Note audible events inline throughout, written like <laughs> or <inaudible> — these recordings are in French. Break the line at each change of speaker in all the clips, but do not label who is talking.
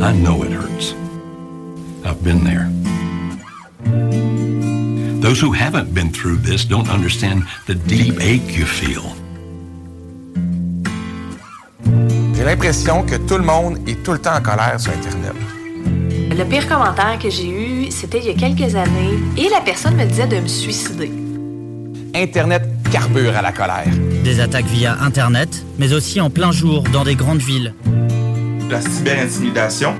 I know it hurts. I've been there. Those who haven't been through this don't understand the deep ache you feel.
J'ai l'impression que tout le monde est tout le temps en colère sur Internet.
Le pire commentaire que j'ai eu, c'était il y a quelques années, et la personne me disait de me suicider.
Internet carbure à la colère.
Des attaques via Internet, mais aussi en plein jour dans des grandes villes.
La cyberintimidation.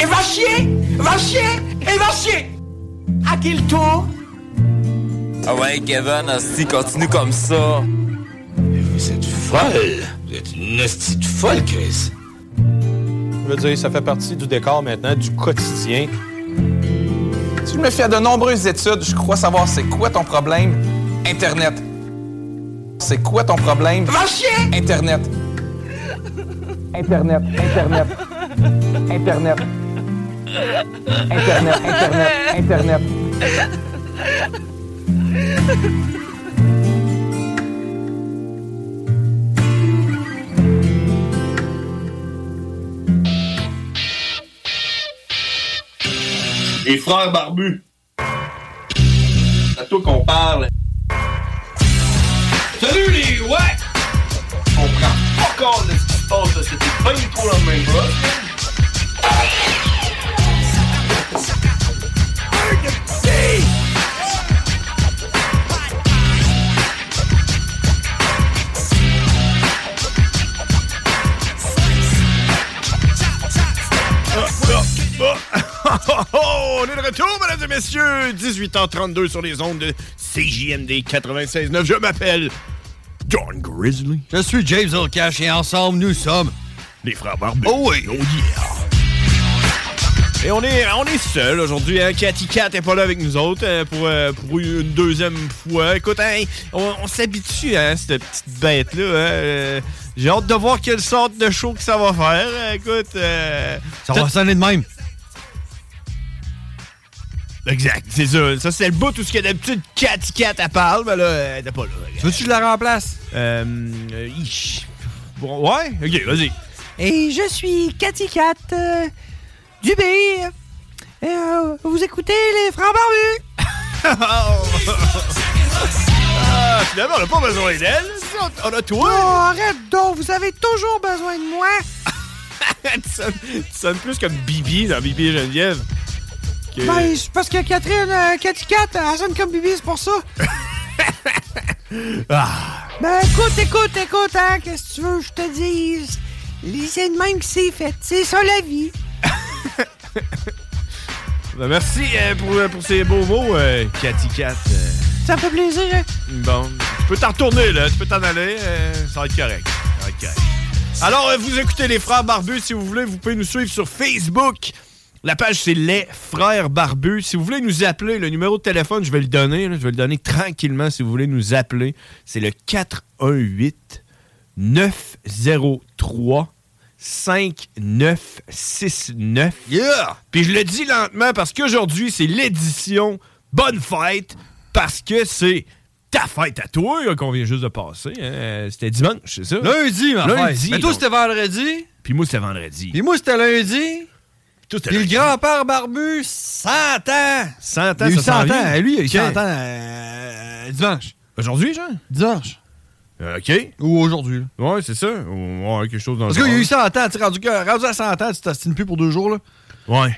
Et va chier! Va chier! Et va chier! À qui le tour?
Ah ouais, Kevin, si continue comme ça.
Vous êtes folle! Vous êtes une hostie de folle, Chris!
Je veux dire, ça fait partie du décor maintenant, du quotidien.
Si je me fie à de nombreuses études, je crois savoir c'est quoi ton problème. Internet. C'est quoi ton problème?
Va chier!
Internet. Internet. Internet. Internet. Internet. Internet. Internet.
Les frères barbus. C'est à toi qu'on parle. Salut les ouais! On prend pas compte de ce qui se passe, là. c'était pas du tout la même chose.
On est de retour, mesdames et messieurs! 18h32 sur les ondes de CJMD 96.9. Je m'appelle John Grizzly.
Je suis James Olcash et ensemble, nous sommes
les frères Barbus.
Oh oui!
Oh yeah! Et on est, on est seul aujourd'hui. Hein? Cathy Cat n'est pas là avec nous autres euh, pour, euh, pour une deuxième fois. Écoute, hein, on, on s'habitue à cette petite bête-là. hein, euh, J'ai hâte de voir quelle sorte de show que ça va faire. Euh, Écoute, euh,
Ça va sonner de même.
Exact, c'est ça. Ça, c'est le bout où ce que d'habitude Cat Cat elle parle, mais là, elle n'est pas là. Tu veux-tu que je la remplace? Euh. euh, ish. Bon, ouais? Ok, vas-y.
Et je suis Cathy Cat euh, Dubé. Et, euh, vous écoutez les francs barbus.
Ah, finalement, on n'a pas besoin d'elle. On- On a
Oh,
toi.
arrête donc, vous avez toujours besoin de moi.
<laughs> tu, sonnes, tu sonnes plus comme Bibi dans Bibi et Geneviève. que-
Ben, c'est parce que Catherine, euh, Cathy Cat, elle sonne comme Bibi, c'est pour ça.
Ah,
Ben, écoute, écoute, écoute, hein, qu'est-ce que tu veux que je te dise? C'est de même que c'est fait. C'est ça la vie.
ben merci euh, pour, euh, pour ces beaux mots, euh, Cathy Cat. euh.
Ça me fait plaisir. hein.
Bon, tu peux t'en retourner, là. Tu peux t'en aller. euh, ça va être correct. Ça va être correct. Alors, euh, vous écoutez les Frères Barbus, si vous voulez. Vous pouvez nous suivre sur Facebook. La page, c'est Les Frères Barbus. Si vous voulez nous appeler, le numéro de téléphone, je vais le donner. là. je vais le donner tranquillement si vous voulez nous appeler. C'est le 418 903 5969. Yeah! Puis je le dis lentement parce qu'aujourd'hui, c'est l'édition Bonne Fête parce que c'est ta fête à toi euh, qu'on vient juste de passer. hein. Euh, C'était dimanche, c'est ça?
Lundi, ma
Lundi.
fête. Mais toi,
donc.
c'était vendredi.
Puis moi, c'était vendredi.
Puis moi, c'était lundi.
Puis
le grand-père barbu, 100 ans.
100 ans,
Il a eu
ça s'en
100 ans.
vient.
Lui, il a eu
Ok.
100 ans euh, dimanche.
Aujourd'hui, genre?
Dimanche.
Euh, OK.
Ou aujourd'hui.
Ouais, c'est ça. Ou ouais, quelque chose dans
Parce
le
qu'il y a
genre.
eu 100 ans, tu sais, rendu, que- rendu à 100 ans, tu t'astines plus pour deux jours, là.
Ouais.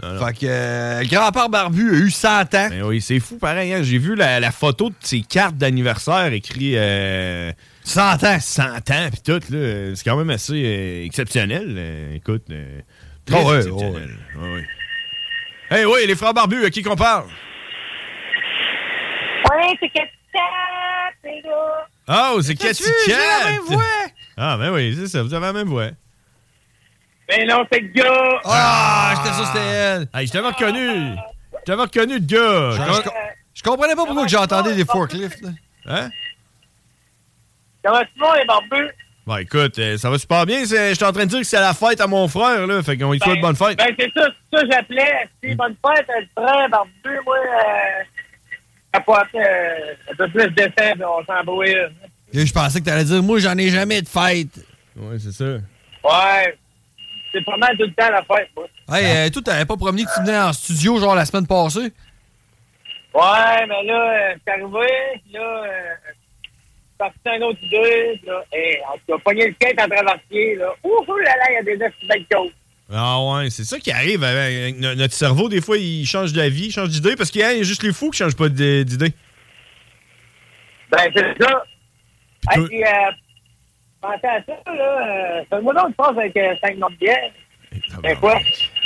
Fait que euh, le grand-père barbu a eu 100 ans.
Ben oui, c'est fou pareil. hein. J'ai vu la, la photo de ses cartes d'anniversaire écrit euh, 100 ans. 100 ans, puis tout. là. C'est quand même assez euh, exceptionnel. euh, écoute, euh, très
Ah ouais,
exceptionnel. Ah ouais. Hey, oui, les frères barbus, à qui qu'on parle?
Ouais, c'est Cathy Cat, c'est là.
Oh, c'est
T'as-tu
Cathy
vu, j'ai
Cat!
la même voix!
Ah, ben oui, c'est ça, vous avez la même voix.
Ben non, c'est le gars.
Ah, j'étais sûr que c'était elle! Hey, je t'avais reconnu! Je t'avais reconnu de gars!
Je- je- Je comprenais pas pourquoi que j'entendais des forklifts, là.
Hein?
Comment tu vas, les barbus?
Bon, écoute, euh, ça va super bien. Je suis en train de dire que c'est la fête à mon frère, là. Fait qu'on lui souhaite bonne fête.
Ben c'est ça, c'est ça que j'appelais. C'est bonne fête, elle prend, barbu, moi, euh, ça peut être euh, un peu plus de fête, on s'embrouille.
Et je pensais que t'allais dire, moi, j'en ai jamais de fête.
Ouais, c'est ça.
Ouais, c'est pas mal tout le temps la fête, moi.
Hey, euh, toi, t'avais pas promis que tu venais en studio, genre, la semaine passée?
Ouais, mais là, euh, c'est arrivé, puis là, euh, c'est parti dans une autre idée, puis là, hey, on se pogné le skate en traversier, là. Ouh, ouh là là, il y a des astuces belles choses.
Ah ouais, c'est ça qui arrive. avec- avec no- Notre cerveau, des fois, il change d'avis, il change d'idée, parce qu'il y a juste les fous qui changent pas d- d'idée.
Ben, c'est ça.
Puis
Hey,
toi-
puis, euh, pensez à ça, là, euh, fais-moi donc une passe avec euh, 5 noms de bière. C'est quoi?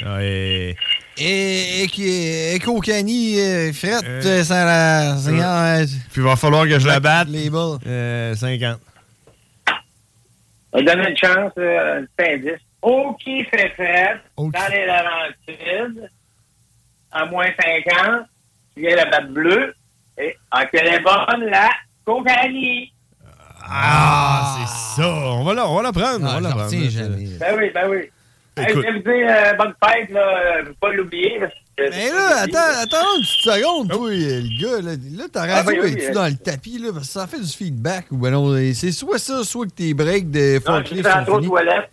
Ouais.
Et, et, et, et qu'Ocani, euh, frette, euh, ça la. ça la-
Puis il va falloir que je la batte.
Les balles.
Euh, 50.
On lui donne une chance, euh, un 10. Au qui fait fête, dans les Laurentides, à moins 50, tu viens la batte bleue, et en quelle est bonne la compagnie.
Ah, c'est ça. On va la, on va la prendre. on va la prendre.
Ben oui, ben oui. Hey, je
Écoute.
vais vous dire euh, bonne fête, là, euh, faut pas l'oublier.
Mais là, attends, attends une petite seconde, toi, euh, le gars. Là, là ta
Ah, oui,
radio
oui,
est-tu
euh,
dans le tapis, là? Parce que ça fait du feedback. Ou ben non, euh, c'est soit ça, soit que tes breaks de
Non, je suis
forklift
dans
sont
trop de
finis.
toilettes.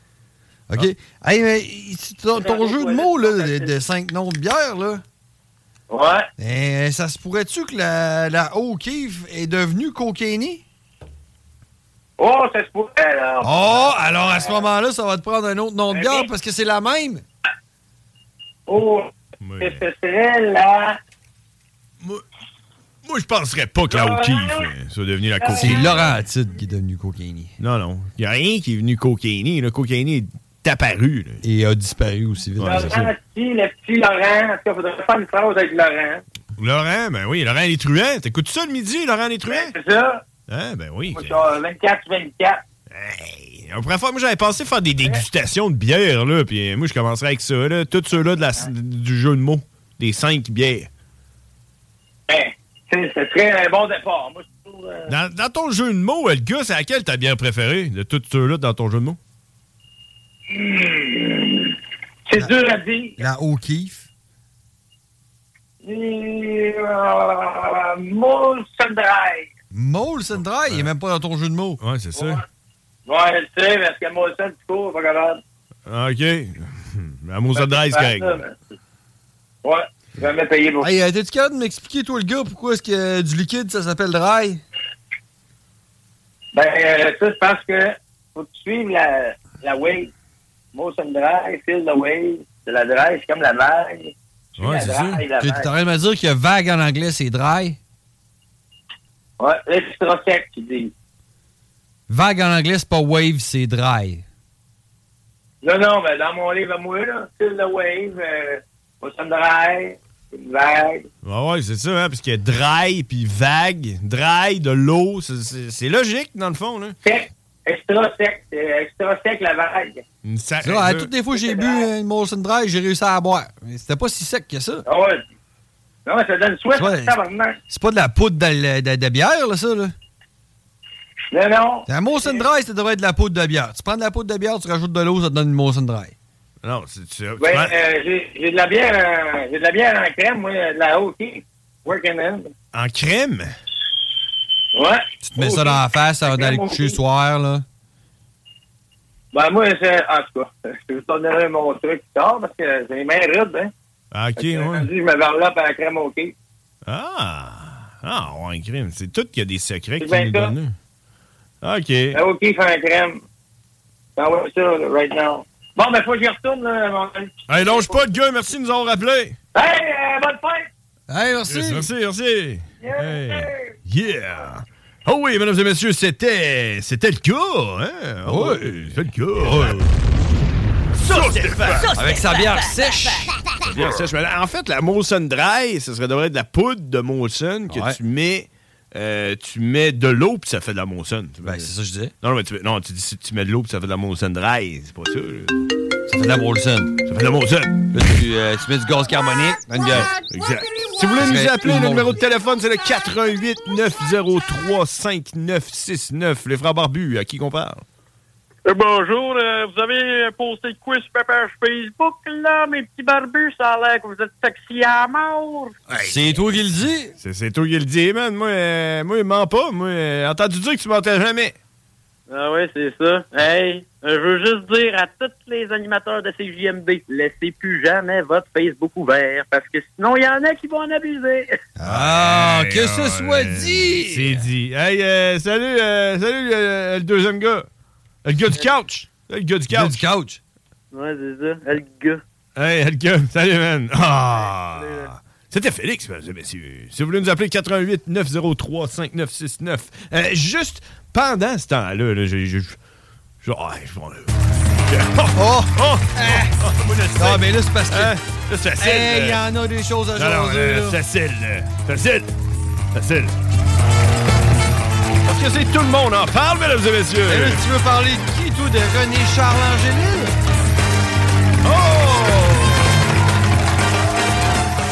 OK. Hey, mais c'est ton, ton jeu de mots, là, de, de cinq noms de bière, là...
Ouais.
Eh, ça se pourrait-tu que la, la O'Keeffe est devenue cocaïnie?
Oh, ça se pourrait, là. Ben
Oh, alors à ce moment-là, ça va te prendre un autre nom de bière parce que c'est la même.
Oh, ce serait la...
Moi, je penserais pas que
Ah,
la O'Keeffe euh, soit devenue la cocaïne.
C'est Laurentide qui est devenue cocaïne.
Non, non. Il n'y a rien qui est venu cocaïne. Le cocaïne est apparu.
Et a disparu aussi vite.
Laurent, si, le petit Laurent, en tout cas, faudrait faire une phrase avec Laurent.
Laurent, ben oui, Laurent les truands. T'écoutes ça le midi, Laurent les truands?
C'est ça.
Ah, ben oui.
Moi, je suis en 24 24.
La première fois, moi, j'avais pensé faire des dégustations de bières, là. Puis euh, moi, je commencerais avec ça, là. Tous ceux-là de la- du jeu de mots. Des cinq bières.
Ben, tu sais, ce serait un bon départ. Moi, je trouve... euh,
Dans, dans ton jeu de mots, euh, le gars, c'est laquelle ta bière préférée de tous ceux-là dans ton jeu de mots?
hmm, C'est dur à dire.
La O'Keeffe.
Euh, Moi, Sundry.
Molson Dry, il est même pas dans ton jeu de mots.
Ouais, c'est ça.
Ouais, je le sais, parce que moi, ça, du coup, pas capable.
Ah, OK. À Moussa Drive,
Faire
c'est correct.
ça, mais- Ben, Ouais, je vais me payer pour
Hey, euh, t'es-tu capable de m'expliquer, toi, le gars, pourquoi est-ce que euh, du liquide, ça s'appelle dry?
Ben, euh, ça, c'est parce que faut que tu suives la, la wave. Moi, c'est une drive, feel the wave. C'est la drive, c'est comme la vague. Suis la drive, la
T'es t'es en
vague.
train de me dire que vague en anglais, c'est dry.
Ouais, là, c'est trop sec, tu dis.
Vague en anglais, c'est pas wave, c'est dry.
Non, non, mais dans mon livre à moi, là, feel the wave, euh, moi, c'est une drive, c'est une vague.
Ah ouais, c'est ça, hein, parce qu'il y a dry puis vague. Dry, de l'eau, c'est- c'est c'est logique, dans le fond, là.
Sec, extra sec, c'est extra sec, la vague.
Ça-
Tu vois, à
euh,
toutes les fois que j'ai bu euh, une Molson Dry, j'ai réussi à la boire. Mais c'était pas si sec que ça.
Ah ouais. Non, ça donne soif,
Ouais.
tabarnak.
C'est pas de la poudre de, de- de bière, là, ça, là.
Non, non.
La Molson Dry, ça devrait être de la poudre de bière. Tu prends de la poudre de bière, tu rajoutes de l'eau, ça te donne une Molson Dry.
Non, c'est... tu- tu
Ouais,
prends-
euh, j'ai- j'ai de la bière, en- j'ai de la bière en crème, moi, de la hockey. Working in.
En crème?
Ouais.
Tu te mets ça dans la face avant d'aller coucher le soir, là.
Ben, moi, c'est- en tout cas, je vais vous donner mon truc plus tard parce que j'ai les mains rudes, hein.
Ah, OK,
Fait que,
ouais.
rendu, Je me verlope à la crème au quai.
Ah! Ah, ouais, crime. C'est tout qu'il y a des secrets
C'est
qui
bien
nous
ça.
donnent. OK.
Ben, OK, fais un crème. Ben, ouais, ça, là, right now. Bon, ben, faut que j'y retourne, là. mon-
Hey, longe pas de gars, merci de nous avoir rappelé.
Hey, euh, bonne fête!
Hey,
merci. merci, merci. Hey. Yeah. Oh oui, mesdames et messieurs, c'était c'était le cas, hein? Oui, c'était le cas. Ouais. Avec sa bière sèche. Sa bière sèche. Mais en fait, la Molson Dry, ce serait devrait être de la poudre de Molson que tu mets. euh, tu mets de l'eau puis ça fait de la Molson. c'est ça que je disais. Non, mais tu, non, tu dis si tu mets de l'eau puis ça fait de la Molson Dry, c'est pas ça. Ça fait de la Molson. Ça fait de la Molson. Là, tu, mets du gaz carbonique dans une Exact. Si vous voulez
Ça
nous
fait
appeler,
une
le
Molson.
numéro de téléphone, c'est le 88 903 5969. Les frères barbus, à qui qu'on parle?
Euh, bonjour, euh, vous avez euh, posté de quoi sur ma page Facebook, là, mes petits barbus, ça a l'air que vous êtes sexy à mort.
C'est toi qui le dis. C'est, c'est toi qui le dis, man. Moi, euh, moi, il ment pas. Moi, euh, entendu dire que tu mentais jamais.
Ah ouais, c'est ça. Hey, euh, je veux juste dire à tous les animateurs de CJMD, laissez plus jamais votre Facebook ouvert, parce que sinon, il y en a qui vont en abuser.
Ah,
que ce soit
dit! C'est dit. Hey, euh, salut, euh, salut euh, le deuxième gars. Le gars du couch. Le gars du couch. Le gars du couch.
Ouais, c'est ça. Elle gars.
Hey, le gars. Salut, man. Ah! C'était Félix, mesdames et messieurs. Si vous voulez nous appeler, 88 903 5969. Euh, juste pendant ce temps-là, là, j'ai. j'ai- j'ai- ah, je prends le- Oh, oh, oh, oh, moi, je sais.
Ah, mais là, c'est parce que.
Hein? Là, c'est facile.
Hey,
euh.
y en a des choses à
Non, non,
jaser,
euh,
là.
facile. euh, Facile. Facile. Parce que c'est tout le monde en parle, mesdames et messieurs.
Mais là, Eh, tu veux parler de qui, toi, de René Charles Angélil?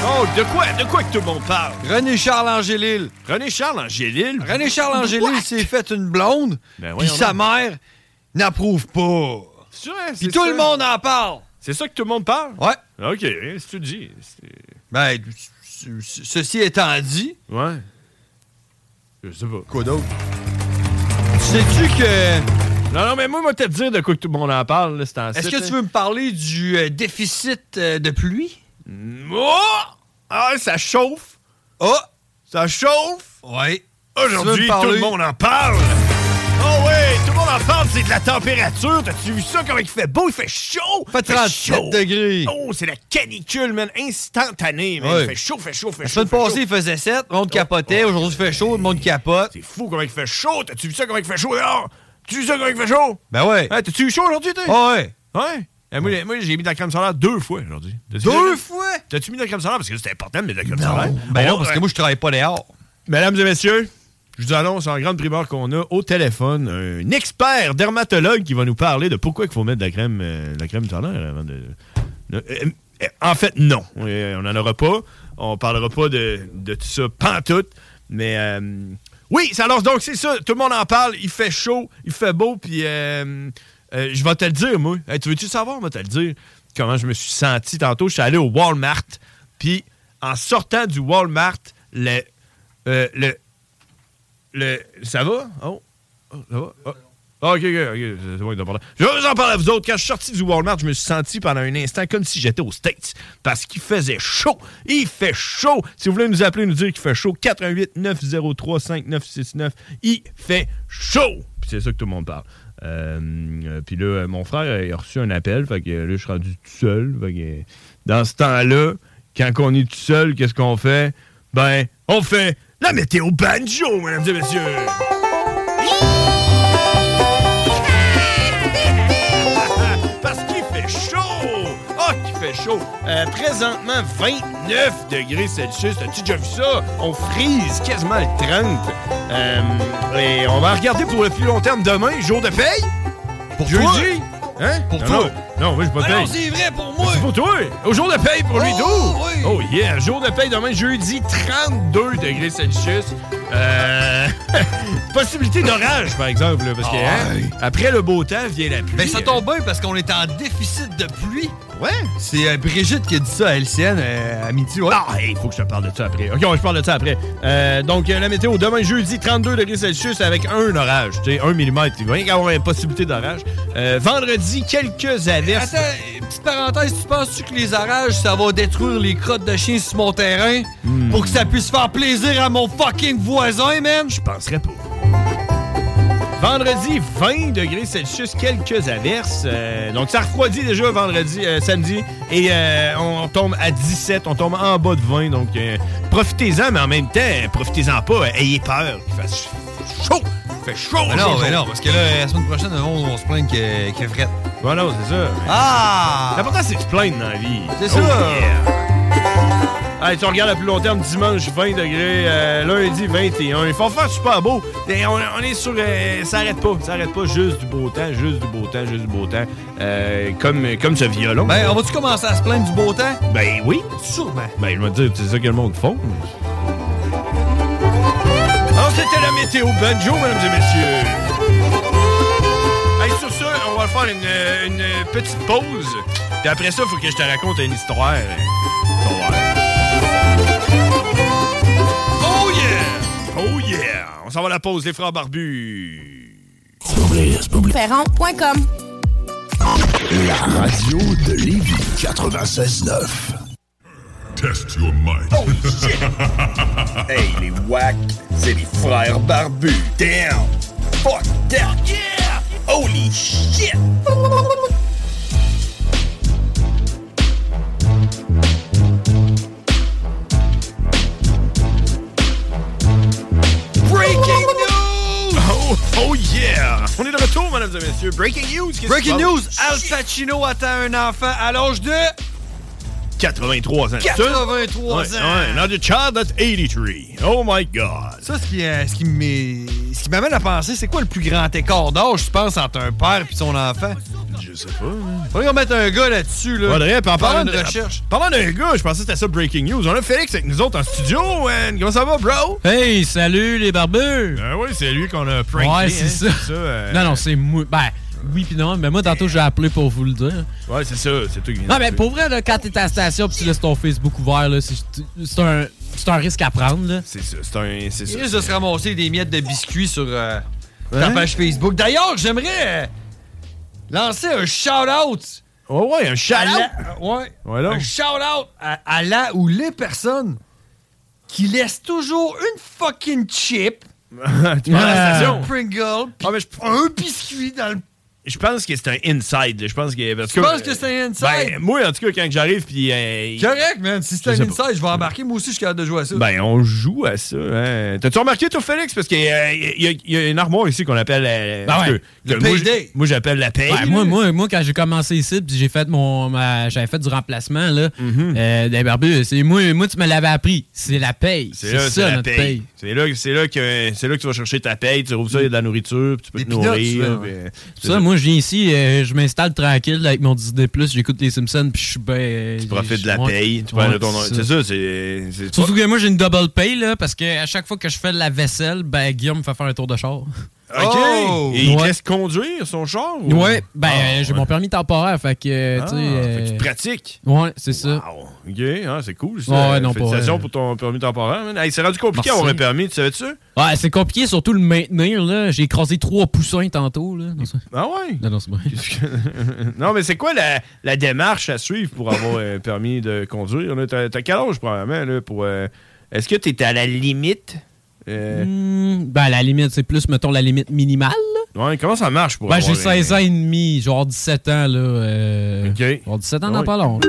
Oh, de quoi, de quoi que tout le monde parle?
René Charles Angélil.
René Charles Angélil?
René Charles Angélil s'est fait une blonde,
Ben
puis
voyons
sa
donc.
mère n'approuve pas.
C'est
Puis tout le monde en parle.
C'est ça que tout le monde parle?
Ouais.
OK, hein, si tu le dis. c'est-
Ben, ce- ce- ceci étant dit.
Ouais. Je sais pas.
Quoi d'autre? Sais-tu que.
Non, non, mais moi, moi, te dire de quoi que tout le monde en parle, là, c'est en
Est-ce que tu veux me parler du euh, déficit euh, de pluie?
Oh! Ah, ça chauffe!
Oh!
Ça chauffe!
Ouais.
Aujourd'hui, tout le monde en parle! Oh ouais, tout le monde en parle, c'est de la température. T'as-tu vu ça, comment il fait beau, il fait chaud?
Fait 37
chaud.
degrés.
Oh, c'est la canicule, man, instantanée, man.
Ouais.
Il fait chaud, fait chaud, fait
La
chaud. Oh.
semaine passée, il faisait 7, le monde capotait. Aujourd'hui, il fait chaud, le monde capote.
C'est fou comment il fait chaud. T'as-tu vu ça, comment il fait chaud dehors? T'as-tu vu ça, comment il fait chaud?
Ben ouais.
Hein, T'as-tu eu chaud aujourd'hui, toi?
Ah ouais.
Ouais. Eh, moi, les- moi, j'ai mis de la crème solaire deux fois aujourd'hui. T'as-tu
Deux
mis-
fois?
T'as-tu mis de la crème solaire? Parce que c'était important de mettre de la crème
Non.
solaire.
Ben non, parce que moi, je travaille pas dehors.
euh, Mesdames et messieurs, je vous annonce en grande primeur qu'on a au téléphone un expert dermatologue qui va nous parler de pourquoi il faut mettre de la crème, euh, de la crème solaire avant de. de- euh, euh, en fait, non. Euh, On n'en aura pas. On parlera pas de, de tout ça pantoute. Mais euh, oui, ça lance donc, c'est ça. Tout le monde en parle. Il fait chaud, il fait beau. Puis euh, euh, je vais te le dire, moi. Hey, tu veux-tu savoir, moi, te le dire, comment je me suis senti tantôt? Je suis allé au Walmart. Puis en sortant du Walmart, le, euh, le, le. Ça va? Oh. Oh, ça va? Oh. Ah, ok, ok, ok, c'est moi qui dois parler. Je vais vous en parler à vous autres. Quand je suis sorti du Walmart, je me suis senti pendant un instant comme si j'étais aux States. Parce qu'il faisait chaud. Il fait chaud. Si vous voulez nous appeler, nous dire qu'il fait chaud, 88 903 5969. Il fait chaud. Puis c'est ça que tout le monde parle. Euh, euh, puis là, euh, mon frère, euh, il a reçu un appel. Fait que euh, là, je suis rendu tout seul. Fait que, euh, dans ce temps-là, quand on est tout seul, qu'est-ce qu'on fait? Ben, on fait la météo banjo, mesdames et messieurs. Parce qu'il fait chaud! Ah, qu'il fait chaud! Euh, présentement, 29 degrés Celsius. T'as-tu déjà vu ça? On frise quasiment le 30. Euh, et on va regarder pour le plus long terme demain, jour de paye. Pour Jeudi. Hein? Pour
toi.
Non, oui, je pas de
Ah non,
paye.
c'est vrai pour moi.
C'est pour toi! Au jour de paye pour lui,
Oh,
d'où?
oui.
Oh yeah! Jour de paye demain, jeudi, 32 degrés Celsius. Euh... <laughs> Possibilité d'orage, par exemple, là, parce que
Ah, Ouais.
hein, après le beau temps vient la pluie.
Ben, ça tombe bien parce qu'on est en déficit de pluie.
Ouais.
C'est euh, Brigitte qui a dit ça à LCN euh, à midi, ouais.
Ah, il faut que je te parle de ça après. OK, on- je parle de ça après. Euh, donc, euh, la météo, demain jeudi, 32 degrés Celsius avec un orage. Tu sais, 1 mm. Il va rien qu'avoir une possibilité d'orage. Euh, vendredi, quelques averses.
Attends, euh, petite parenthèse, tu penses-tu que les orages, ça va détruire les crottes de chiens sur mon terrain
Hmm.
pour que ça puisse faire plaisir à mon fucking voisin, man? Je
penserais pas. Vendredi, 20 degrés Celsius, quelques averses. Euh, donc, ça refroidit déjà vendredi, euh, samedi. Et euh, on tombe à 17, on tombe en bas de 20. Donc, euh, profitez-en, mais en même temps, profitez-en pas. euh, ayez peur qu'il fasse chaud. Il fait chaud.
Mais non,
chaud,
mais
chaud.
non, parce que là, la semaine prochaine, on, on se plaint que- qu'il frette.
Voilà, c'est ça.
Ah!
L'important, c'est de se plaindre dans la vie. Oh,
C'est ça.
yeah. Allez, tu regardes à plus long terme, dimanche 20 degrés, euh, lundi 21. Il faut faire super beau. Et on, on est sur. euh, ça arrête pas. Ça arrête pas. Juste du beau temps, juste du beau temps, juste du beau temps. Euh, comme, comme ce violon.
Ben, on va-tu commencer à se plaindre du beau temps?
Ben oui.
Sûrement.
Ben, je me dis, c'est ça que le monde font. Alors, c'était la météo banjo, mesdames et messieurs. Hey, sur ça, on va faire une, euh, une, euh, petite pause. Puis après ça, il faut que je te raconte une histoire. Tu vas voir. Oh yeah! Oh yeah! On s'en va à la pause, les frères barbus.
Ferron.com.
La radio de Lévis 96.9. Test your mic. Oh shit! <laughs> hey, les wack, c'est les frères barbus. Damn! Fuck that! Yeah! Holy shit!
Oh, Breaking news! Oh, oh yeah! On est de retour, mesdames et messieurs. Breaking news! qu'est-ce
Breaking
qui se
news!
passe?
Al Pacino attend un enfant à l'âge de.
83
83
ans. hein. Ouais,
ans.
Ouais, another child at 83. Oh my God!
Ça, ce qui, euh, ce qui m'est- ce qui m'amène à penser, c'est quoi le plus grand écart d'âge, je pense, entre un père et son enfant?
Je sais pas. hein.
Faudrait qu'on mette un gars là-dessus, là.
Faudrait, puis en
Faire
parlant
une
de
recherche.
Parlant d'un gars, je pensais que c'était ça Breaking News. On a Félix avec nous autres en studio, man. Comment ça va, bro?
Hey, salut les barbus!
Ben oui, c'est lui qu'on a pranké.
Ouais,
hein,
c'est ça.
euh,
Non, non, c'est moi. Ben, oui puis non, mais moi, tantôt, j'ai appelé pour vous le dire.
Ouais, c'est ça, c'est toi qui viens.
Non,
de
mais
dire.
pour vrai, là, quand t'es à la station puis tu laisses ton Facebook ouvert, là, c'est c'est un, c'est un risque à prendre. là.
C'est ça, c'est un. C'est
Juste de se ramasser des miettes de biscuits sur
Hein?
euh, ta page Facebook. D'ailleurs, j'aimerais euh, lancer un shout-out.
Ouais, ouais, un shout-out.
Ouais.
Ouais, là.
Un shout-out à, à la ou les personnes qui laissent toujours une fucking chip.
<laughs> tu parles à la station?
Pringle.
Ah, mais je...
Un biscuit dans le.
Je pense que c'est un inside. là. Je pense que. parce
Tu penses que c'est un inside?
Ben, moi, en tout cas, quand j'arrive, puis. euh, il-
Correct, man. Si c'est
Je
un
sais pas.
inside, je vais embarquer. Moi aussi, je suis capable de jouer à ça.
Ben, on joue à ça. hein. T'as-tu remarqué, toi, Félix? Parce qu'il y, a- il y a- il y a une armoire ici qu'on appelle. euh,
Ah
Ben ouais,
que-
le
que moi, je-
payday.
Moi, j'appelle la paye.
Ouais, moi, moi, moi, quand j'ai commencé ici, puis j'ai fait mon, ma- j'avais fait du remplacement là, euh, des barbus, c'est moi, moi, tu me l'avais appris. C'est la paye.
C'est là,
C'est
c'est
ça
la
notre paye.
paye. C'est là, c'est là que c'est là que tu vas chercher ta paye, tu trouves ça, il y a de la nourriture, puis tu peux te nourrir. puis, euh,
C'est ça, moi, je viens ici, euh, je m'installe tranquille avec mon Disney+, j'écoute les Simpsons, puis je suis bien... tu
profites de la paye, tu parles de ton C'est ça, c'est c'est-
Surtout que moi, j'ai une double paye, là, parce que à chaque fois que je fais de la vaisselle, ben, Guillaume me fait faire un tour de char. <laughs>
OK.
Oh!
Et il te
Ouais.
laisse conduire son char ou-
Ouais, ben,
Ah,
euh, j'ai mon permis temporaire, fait que, euh, tu sais...
fait que tu
euh,
pratiques.
Ouais, c'est ça.
OK, hein, c'est cool. Ça.
Ouais, ouais, non, pas,
Félicitations
euh,
pour ton permis temporaire. man. Hey, c'est rendu compliqué
Merci.
avoir un permis, tu savais-tu? ça?
Ouais, c'est compliqué, surtout le maintenir, là. J'ai écrasé trois poussins tantôt, là. Non, ça-
Ah ouais?
Non, non, c'est bon.
non, mais c'est quoi la, la démarche à suivre pour avoir un permis de conduire? là? T'as t'as quel âge, probablement, là, pour... euh, Est-ce que t'es à la limite? Euh,
Hmm, ben, à la limite, c'est plus, mettons, la limite minimale, là.
ouais, comment ça marche pour
Ben,
avoir
j'ai
un-
16 ans et demi, genre 17 ans, là. euh, Genre 17 ans dans
Ouais.
pas long.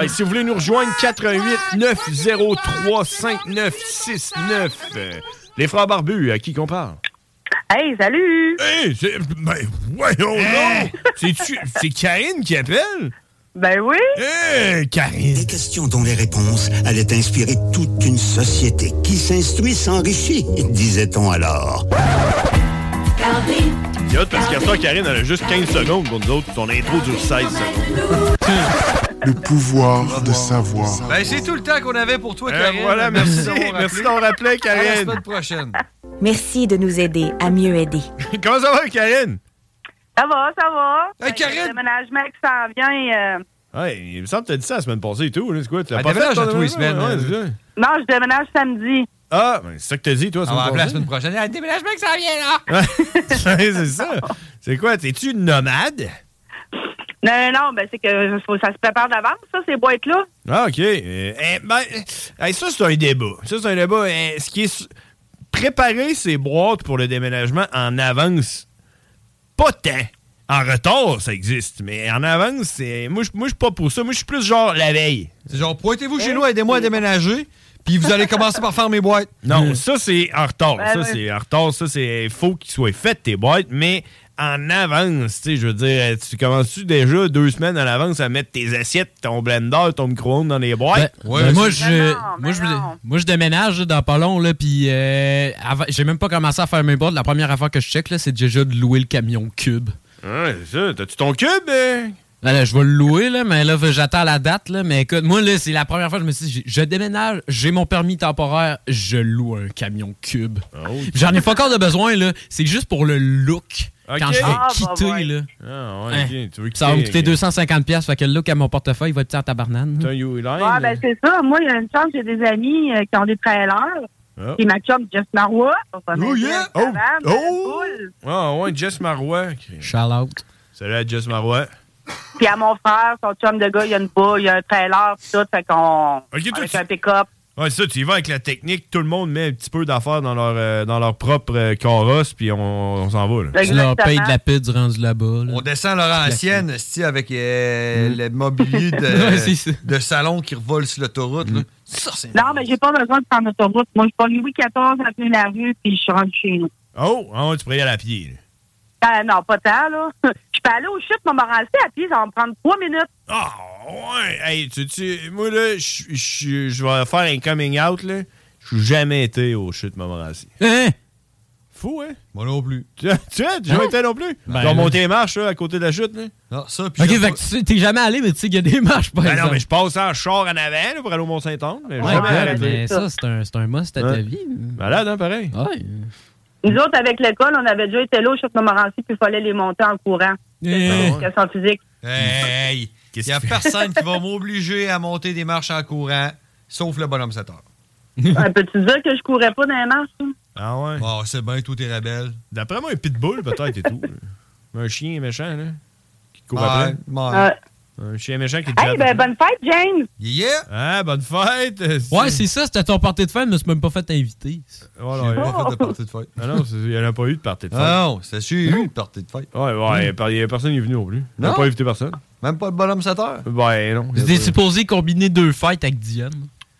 Hey, si vous voulez nous rejoindre, 88 903 5969. Euh, les frères barbus, à qui qu'on parle?
Hey, salut!
Hey, c'est. Ben, voyons donc! C'est-tu- C'est Karine qui appelle?
Ben oui!
Karine!
Des questions dont les réponses allaient inspirer toute une société qui s'instruit s'enrichit, disait-on alors.
C'est hot parce qu'à ça, Karine, elle a juste 15 secondes pour nous autres. Son intro dure 16 secondes.
Le pouvoir de savoir.
Ben, c'est tout le temps qu'on avait pour toi,
Eh,
Karine.
voilà, merci. Merci d'avoir appelé,
À la
Karine.
semaine prochaine.
Merci de nous aider à mieux aider.
Comment ça va, Karine?
Ça va, ça va? Euh,
Hey, Karine!
Le déménagement qui s'en vient. euh,
Ouais, il me semble que t'as dit ça la semaine passée et tout. là. C'est quoi? Tu
Elle
l'as pas fait
déménage
ton
à tous les
déménagement?
semaines,
Ouais,
euh.
c'est ça.
Non, je déménage samedi.
Ah, ben, c'est ça que t'as dit, toi,
On va appeler la
passée?
semaine prochaine. Ah, Déménagement que ça vient, là!
<laughs> Ouais,
<laughs>
c'est ça. C'est quoi? T'es-tu une nomade?
Non, non, ben c'est que faut- ça se prépare d'avance, ça, ces boîtes-là.
euh, Ah, OK. Euh, eh, ben, eh, ça, c'est un débat. Ça, c'est un débat. eh, ce Euh, qui est s- préparer ses boîtes pour le déménagement en avance. Pas tant. En retard, ça existe, mais en avance, c'est. Moi, je moi, je suis pas pour ça. Moi, je suis plus genre la veille. C'est genre, pointez-vous
chez nous, aidez-moi à déménager, puis vous allez commencer par faire mes boîtes.
Non, ça c'est en retard.
Ben
ça
oui.
c'est en retard. Ça c'est faut qu'il soit fait tes boîtes, mais en avance, tu sais, je veux dire, euh, tu commences-tu déjà deux semaines en avance à mettre tes assiettes, ton blender, ton micro-ondes dans les boîtes?
Ben, moi, <laughs> je, moi, je, moi, je déménage là, dans pas long, là, puis euh, avant- j'ai même pas commencé à faire mes boards. La première affaire que je check, là, c'est déjà de louer le camion cube.
Ouais, c'est ça. T'as-tu ton cube?
Là, là, je vais le louer, là, mais là, j'attends la date. Là, mais écoute, moi, là, c'est la première fois que je me suis dit, je déménage, j'ai mon permis temporaire, je loue un camion cube.
Ah
J'en ai pas encore de besoin, là. C'est juste pour le look. Quand
Ok.
je vais
Ah, bah
quitter,
ouais.
là.
Ah, ouais,
Hein,
ok. Tu veux
ça va me
quitter,
coûter
ok.
250$, pièces, fait que le look à mon portefeuille va être en tabarnane.
T'as un Uline?
Ah, ben, c'est ça. Moi, il y a une chance, j'ai des amis euh, qui ont des trailers.
Ah.
Et ma chum, Jess Marois. on va
Oh,
mettre
yeah!
ça en avant,
Oh!
dans la boule.
Ah, ouais, Jess Marois.
Shout out.
Salut à Jess Marois.
Puis à mon frère, son chum de gars, il y a une boule, il y a un trailer, pis tout. Fait qu'on.
Ok, toi,
avec
tu-
un pick-up.
Ouais, c'est ça, tu y vas avec la technique, tout le monde met un petit peu d'affaires dans leur, euh, dans leur propre euh, carrosse, puis on, on s'en va. Là.
Tu leur payes de la pide rendu là-bas. là.
On descend Laurentienne, esti, avec euh, le <laughs> mobilier de,
Ouais, c'est ça.
de salon qui revole sur l'autoroute. là. Ça, c'est-
Non, mais j'ai pas besoin de prendre l'autoroute. Moi, je prends Louis XIV à plein la rue, puis je suis rendu chez nous.
Oh, ah ouais, tu pourrais y aller à pied. là.
Ben, non, pas tant, là. <laughs> Je peux aller au chute Montmorency à pied, ça va me prendre trois minutes.
Ah, ouais, hey, tu, tu, moi, là, je- je je vais faire un coming out, là. Je suis jamais été au chute Montmorency.
Hein?
Fou, hein?
Moi non plus.
Tu tu vois, tu jamais été non plus?
Ben,
Tu vas
là.
monter les marches, là, à côté de la chute, là.
Non, ça,
Ok, fait que tu sais, t'es jamais allé, mais tu sais qu'il y a des marches, par
Ben non,
exemple.
mais je passe en char en avant, là, pour aller au Mont-Saint-Anne. mais
Ouais,
jamais
ouais,
arrêté.
Ah, mais ça, c'est un, c'est un must à ta
Ouais.
vie.
Malade, hein, pareil?
Ouais.
Nous autres, avec l'école, on avait déjà été là au chute Montmorency, puis il fallait les monter en
Ah
courant.
Eh.
Éducation physique.
Hey! Il n'y a personne qui va m'obliger à monter des marches en courant, sauf le bonhomme 7 heures.
Ouais, Peux-tu dire que je courais pas dans les marches? hein?
Ah ouais?
Bon, c'est bien, tout est rebelle.
D'après moi, un pitbull, peut-être, et tout. Un chien méchant, là. Qui court
Ouais,
après.
ouais.
Un chien méchant qui te
Hey,
jette.
ben, bonne fête, James!
Yeah!
Ah, bonne fête!
Ouais, c'est ça, c'était ton party de fête, mais c'est même pas fait inviter.
Voilà,
J'ai
il-
pas fait de partie de fête.
Ah non, c'est- il n'y en a pas eu de partie de fête.
Ah non, c'est sûr, il y a eu une partie de fête.
Ouais,
Mm.
ouais, par- il y a personne qui est venu non plus. On n'a
Non?
pas invité personne.
Même pas le bonhomme 7 heures.
Ben non.
C'était supposé combiner deux fêtes avec Diane.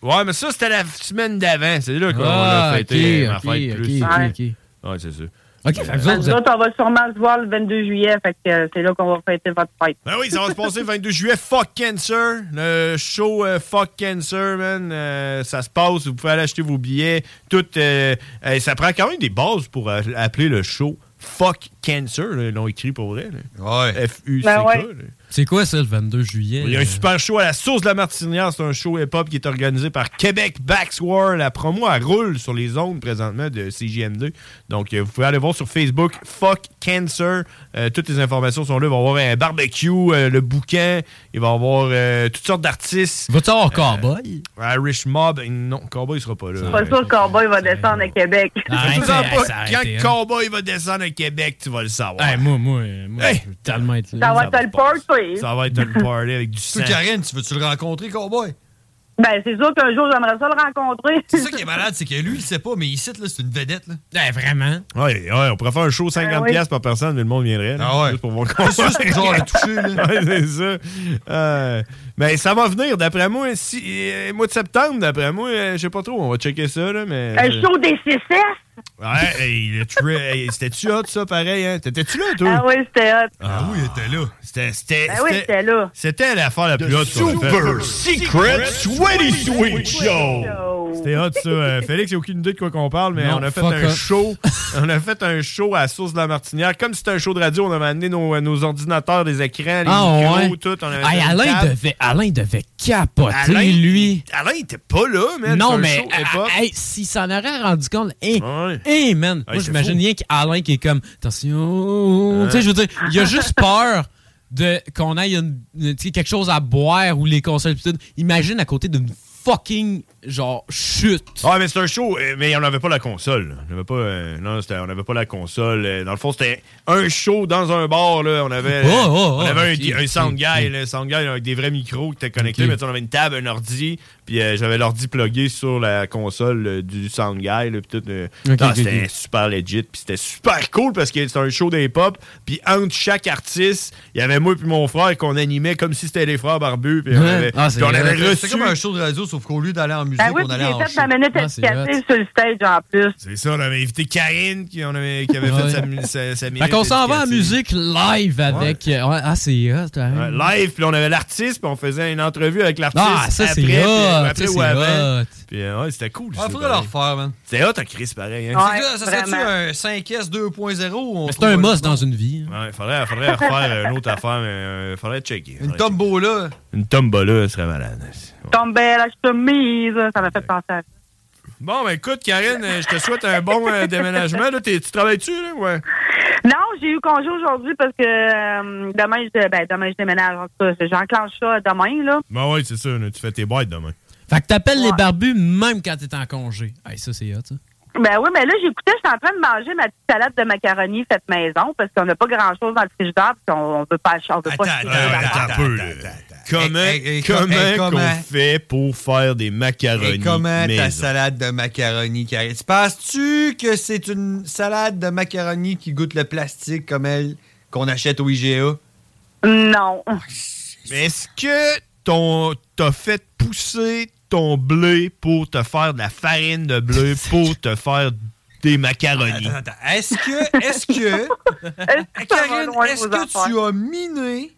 Ouais, mais ça, c'était la semaine d'avant. C'est là qu'on
Ah,
a fêté
ok,
ma
ok,
fête
ok,
plus.
ok,
Ouais. Ouais, c'est sûr.
Ok,
Euh,
fait que vous
Ben,
autres, vous
nous
êtes-
autres, on va sûrement se voir le 22 juillet, fait que euh, c'est là qu'on va fêter votre fête.
Ben oui, ça va se passer le 22 juillet. Fuck Cancer. Le show euh, Fuck Cancer, man. euh, ça se passe. Vous pouvez aller acheter vos billets. Tout, euh, euh, ça prend quand même des bases pour euh, appeler le show Fuck Cancer. là. Ils l'ont écrit pour vrai.
là.
F-U-C-K.
Ben ouais.
là.
C'est quoi ça, le 22 juillet?
Il y a un super show à la source de la Martinière. C'est un show hip-hop qui est organisé par Québec Backswar. La promo, elle roule sur les ondes présentement de CJM2. Donc, euh, vous pouvez aller voir sur Facebook Fuck Cancer. Euh, toutes les informations sont là. Il va y avoir un barbecue, euh, le bouquin. Il va y avoir euh, toutes sortes d'artistes.
Va-tu avoir Cowboy?
Irish Mob. Euh, Non, Cowboy, il sera pas là.
Pas sûr que Cowboy va descendre à Québec.
Fais-en pas. Quand
arrêtez, hein.
Cowboy va descendre à Québec, tu vas le savoir.
Hey, moi, moi, euh, moi, je veux tellement être là.
Ça va être Ah, le party.
Ça va être une party avec du
<laughs>
sang.
Toi, Karine, tu veux-tu le rencontrer, cowboy?
Ben, c'est sûr qu'un jour, j'aimerais ça le rencontrer.
C'est
<laughs>
ça qui est malade, c'est que lui, il sait pas, mais ici, là, c'est une vedette. Là.
Ben,
vraiment?
Ouais, ouais, on pourrait faire un show 50$
Ah oui.
piastres par personne, mais le monde viendrait. là,
Ah ouais.
Juste pour voir
C'est juste pour genre le toucher, là.
Ouais, c'est ça. Euh, mais ça va venir, d'après moi, si, euh, mois de septembre, d'après moi, euh, je sais pas trop, on va checker ça, là, mais...
Un show des CCS?
Ouais, hey, le tri- hey, c'était-tu hot, ça, pareil, hein? T'étais-tu là, toi?
Ah oui, c'était hot.
Ah oui, il était là. C'était... c'était-
Ben oui,
c'était-
j'étais là.
C'était l'affaire la plus haute qu'on a faite.
Super Secret 20 Sweet Show!
C'était hot, ça. Euh, Félix, il a aucune idée de quoi qu'on parle, mais
Non,
on a fait
fuck
un
off.
show. On a fait un show à la Source de la Martinière. Comme c'était un show de radio, on avait amené nos, nos ordinateurs, des écrans, les
Ah,
micros,
ouais.
tout. On avait
Hey,
fait une
Alain,
table.
devait, Alain devait capoter,
Alain,
lui.
Alain, il était pas là, man. C'est
Non,
un
mais
show
ah, hey, s'il s'en aurait rendu compte, hey, hey, man, moi
c'est
j'imagine
fou.
rien qu'Alain qui est comme, attention, tu sais, je veux dire, il y a
<laughs>
juste peur de qu'on aille une- une- tu sais, quelque chose à boire ou les consoles. pis tout. Imagine à côté d'une fucking, genre, chute.
Ah, mais c'est un show, euh, mais on n'avait pas la console. On n'avait pas, euh, non, c'était- on n'avait pas la console. Euh, Dans le fond, c'était un show dans un bar. Là. On avait,
Oh, oh,
on
oh,
avait un-
ok,
un, sound
ok,
guy, là, sound guy avec des vrais micros qui étaient connectés.
Ok.
Mais tu sais, on avait une table, un ordi, puis euh, j'avais l'ordi plugué sur la console euh, du sound guy. là, puis tout, euh,
Ok,
non,
ok,
c'était
ok.
super legit, puis c'était super cool parce que c'était un show des pop. Puis entre chaque artiste, il y avait moi puis mon frère qu'on animait comme si c'était les frères barbus. Puis on
Ouais.
avait,
Ah, c'est
puis on
vrai.
avait
C'est
reçu.
comme un show de radio, sauf qu'au lieu d'aller en musique,
Ben oui,
on
puis
allait en
j'ai fait
show.
ma minute
Ah, c'est hot.
éducative sur le stage en plus.
C'est ça, on avait invité Karine qui, on avait, qui avait fait sa, mu- sa, sa
Fait
minute
qu'on s'en va en
éducative.
musique live avec. euh, ouais, ah, c'est hot, hein.
Ouais, live, puis on avait l'artiste, puis on faisait une entrevue avec l'artiste.
Ah, ça,
après,
c'est
puis,
hot,
euh,
ça,
après
c'est
ou avant.
hot.
Puis euh, ouais, c'était cool.
Ouais,
ça,
faudrait
pareil.
le refaire, man.
C'était hot à Chris, pareil. Hein?
C'est que- ça serait-tu un 5S 2.0 ou on
C'est un
trouve
must dans une vie.
Ouais, faudrait, faudrait refaire une autre affaire, mais euh, faudrait checker. Une
tombola.
Une tombola, elle serait malade.
Tombe belle, je te mise. Ça m'a fait penser à ça.
Bon, ben écoute, Karine, euh, je te souhaite un bon euh, déménagement. Là, T'es- tu travailles-tu, là? Ouais.
Non, j'ai eu congé aujourd'hui parce que euh, demain, je, ben, demain, je déménage. En tout cas, j'enclenche ça demain, là.
Ben ouais, c'est ça. là, tu fais tes boîtes demain.
Fait que t'appelles les barbus même quand t'es en congé. Hey, ça, c'est hot, ça.
Ben oui, mais là, j'écoutais, j'étais en train de manger ma petite salade de macaroni faite maison parce qu'on n'a pas grand-chose dans le frigidaire puis on, on veut pas, on veut pas se
Ah, Attends,
priver
attends,
d'affaires.
un peu, là. Comment,
hey,
comment,
hey, comment-
qu'on fait pour faire des macaronis
Et comment ta
maison?
salade de macaroni, Karine? Tu Penses-tu que c'est une salade de macaroni qui goûte le plastique comme elle qu'on achète au IGA?
Non.
Mais est-ce que ton t'as fait pousser ton blé pour te faire de la farine
<laughs>
de blé pour te faire des macaronis?
Est-ce que, est-ce
<laughs>
que, Euh, Karine,
loin,
est-ce
vos
que
affaires?
tu as miné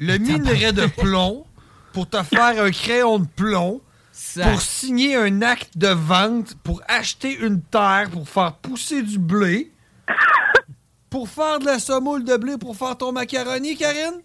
le minerai de plomb pour te faire un crayon de plomb pour signer un acte de vente pour acheter une terre pour faire pousser du
<laughs>
blé pour faire de la semoule de blé pour faire ton macaroni, Karine?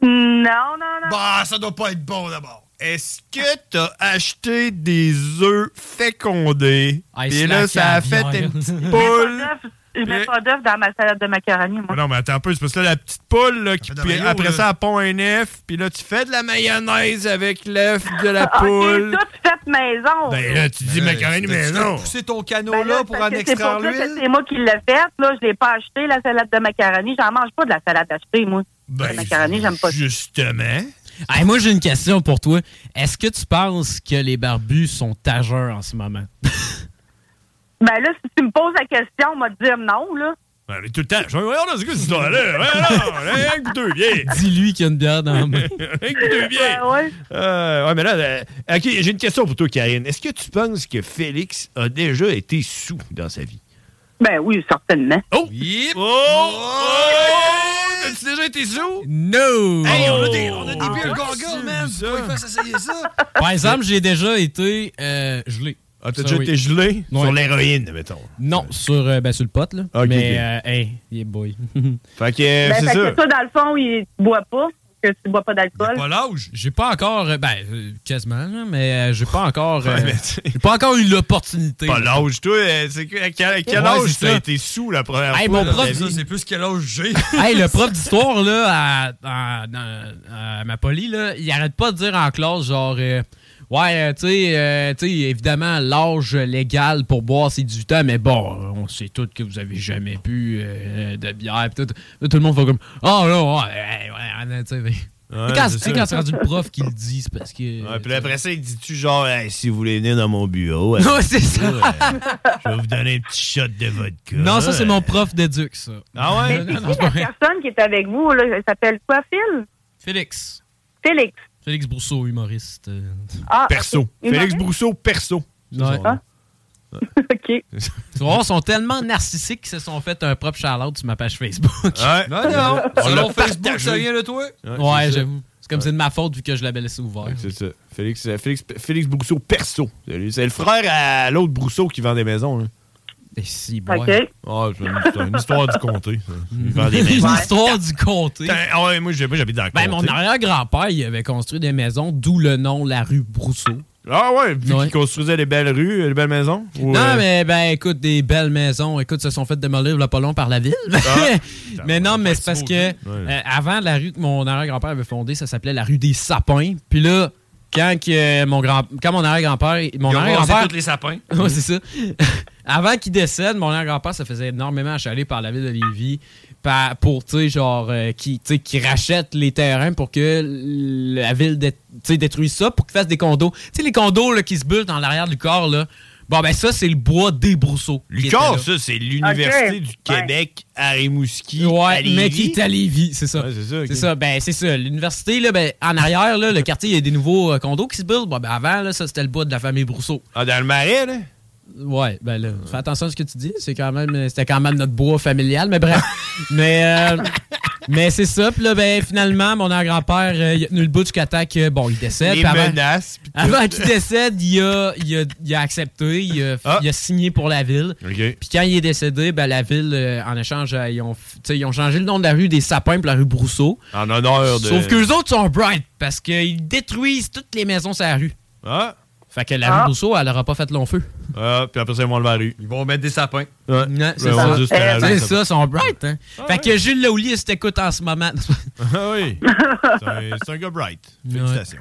Non, non, non.
Bah, ça doit pas être bon d'abord.
Est-ce que t'as acheté des œufs fécondés? Et là, ça a fait une petite poule.
Je mets pas d'œuf dans ma salade de macaroni, moi.
Ah Non, mais attends un peu, c'est parce que là, la petite poule, là, qui-
de
puis
mayo,
après
là.
ça, elle pond un œuf, puis là, tu fais de la mayonnaise avec l'œuf de la
<laughs>
Ah,
poule.
C'est toute faite maison.
Ben là, tu dis macaroni, mais non.
Pousser ton canot
Ben là,
là
c'est
pour
parce
en
que c'est
extraire
pour ça que
l'huile?
C'est moi qui l'ai faite, là. Je l'ai pas acheté, la salade de macaroni. J'en mange pas de la salade achetée, moi.
Ben,
la macaroni, j'aime pas.
Justement.
Hey, moi, j'ai une question pour toi. Est-ce que tu penses que les barbus sont tageurs en ce moment?
Ben là, si tu me poses la question, on va te dire non, là.
Ouais, mais tout le temps, je vais regarder c'est quoi cette histoire-là. Ouais, non, rien que deux bières.
Dis-lui qu'il y a une bière dans la main.
Rien que deux bières. Euh, ouais, mais là, euh, OK, j'ai une question pour toi, Karine. Est-ce que tu penses que Félix a déjà été sous dans sa vie?
Ben oui, certainement.
Oh! Oh! oh! T'as-tu déjà été sous?
No!
Hey, on a des, on a des
Oh!
beer
Ah,
goggles, man!
tu
Faut faire essayer ça!
<laughs> Par exemple, j'ai déjà été euh, gelé.
Ah,
Ça,
t'as déjà
oui.
été gelé
Ouais.
sur l'héroïne, mettons. Ah,
Non, sur, euh, ben, sur le pot, là.
Ok,
mais,
ok.
euh, hey, yeah boy. <laughs>
Fait que, euh,
Ben, fait que toi, dans le fond, il tu bois pas, que tu bois pas d'alcool.
l'âge.
J'ai pas encore, euh, ben, euh, quasiment, là, mais euh, j'ai pas encore, euh, j'ai pas encore eu l'opportunité.
Pas
là.
l'âge, toi. euh, c'est que- À quel, à quel
Ouais,
âge
c'est
t'as
ça.
été sous la première
Hey,
fois?
mon
dans ta
prof,
vie?
ça,
c'est plus quel âge j'ai.
Hey, le prof d'histoire, là, à, à- dans- à ma poly, là, il arrête pas de dire en classe, genre, euh, ouais, euh, tu sais, euh, tu sais, évidemment, l'âge légal pour boire, c'est 18 ans, mais bon, on sait tous que vous avez jamais bu euh, de bière. pis tout, Là, tout le monde fait comme, oh, non, ouais, ouais, ouais, ouais, tu sais, mais-
Ouais,
Quand
c'est
c'est
ça.
quand c'est rendu le prof qui le
<laughs>
dit, c'est parce que.
Ouais, puis après ça, il dit-tu genre, Hey, si vous voulez venir dans mon bureau, euh,
Ouais, c'est ça.
euh, je vais vous donner un petit shot de vodka.
Non, ça, c'est mon prof d'éduc, ça.
Ah ouais?
Non, non,
Mais c'est qui,
non,
la
personne qui est avec vous, là, elle s'appelle quoi, Phil?
Félix.
Félix.
Félix Brousseau, humoriste. euh.
Ah,
Perso.
ok.
Félix Brousseau, perso.
Ouais.
Ah. <laughs> OK.
Tu vas voir, ils sont tellement narcissiques qu'ils se sont fait un propre shout-out sur ma page Facebook.
Ouais.
Non,
<laughs>
non.
On l'a
Selon Facebook,
partagé.
ça vient de toi?
Ouais,
Ouais, <laughs>
c'est ça.
j'avoue. C'est comme c'est de ma faute vu que je l'avais laissé ouvert.
C'est ça. Félix, euh, Félix, Félix Brousseau, perso. C'est lui- c'est le frère à l'autre Brousseau qui vend des maisons. Là.
Et si,
bon.
boy. Mm. OK.
c'est une histoire du comté. ça. Il
<laughs>
vend des
Une
maisons.
histoire du comté.
Ah ouais, moi, j'ai- moi, j'habite dans le
Ben,
comté.
mon arrière-grand-père, il avait construit des maisons, d'où le nom la rue Brousseau.
Ah ouais, vu
Ouais.
qu'il construisait des belles rues, des belles maisons. ou,
Non,
euh,
mais ben écoute, des belles maisons, écoute, se sont faites démolir là, pas long par la ville. mais non, mais c'est parce que euh, avant la rue que mon arrière-grand-père avait fondée, ça s'appelait la rue des sapins. Puis là, Quand que mon grand quand mon arrière-grand-père, mon
Ils ont
arrière-grand-père
rasé tous les sapins.
Ouais, c'est ça. <laughs> Avant qu'il décède, mon arrière-grand-père se faisait énormément achaler par la ville de Lévis pa- pour, tu sais, genre, euh, qui, tu sais, qui rachète les terrains pour que la ville dé- tu sais, détruise ça, pour qu'il fasse des condos. Tu sais, les condos là, qui se bullent dans l'arrière du corps, là. Bon, ben ça, c'est le bois des brousseaux.
Lucas, ça, c'est l'Université du Québec à Rimouski. Ouais, à
mais qui est à Lévis, c'est ça.
c'est ça. ok.
C'est ça, ben c'est ça. L'université, là, ben, en arrière, là, le quartier, il y a des nouveaux euh, condos qui se bullent. Bon, ben avant, là, ça, c'était le bois de la famille Brousseau.
Ah, dans le marais, là?
Ouais, ben là, fais attention à ce que tu dis. C'est quand même, c'était quand même notre bois familial, mais
<laughs>
bref. mais euh, mais c'est ça. Puis là, ben finalement, mon grand-père, euh, il a tenu le bout jusqu'à temps que, bon, il décède.
Les
Puis avant-
menaces, puis tout.
Avant qu'il décède, il a, il a- il a accepté, il a,
Ah.
il a signé pour la ville. Puis quand il est décédé, ben, la ville, euh, en échange, euh, ils, ont, f- tu sais, ils ont changé le nom de la rue des Sapins pour la rue Brousseau.
En honneur de.
Sauf que les autres sont bright parce qu'ils détruisent toutes les maisons sur la rue.
Ah.
Fait que la
Ah.
rue Brousseau, elle aura pas fait long feu.
Ah, puis après ça, ils vont enlever la rue. Ils
vont mettre des sapins.
Ouais.
Non, c'est
Ouais, on
ça. Eh,
dit, c'était la rue,
C'est
ça.
ça, sont bright. Hein?
Ah
fait
ouais.
que Jules Laoulier, si t'écoutes en ce moment.
<laughs> ah oui.
<laughs>
C'est un, c'est un gars bright. Félicitations.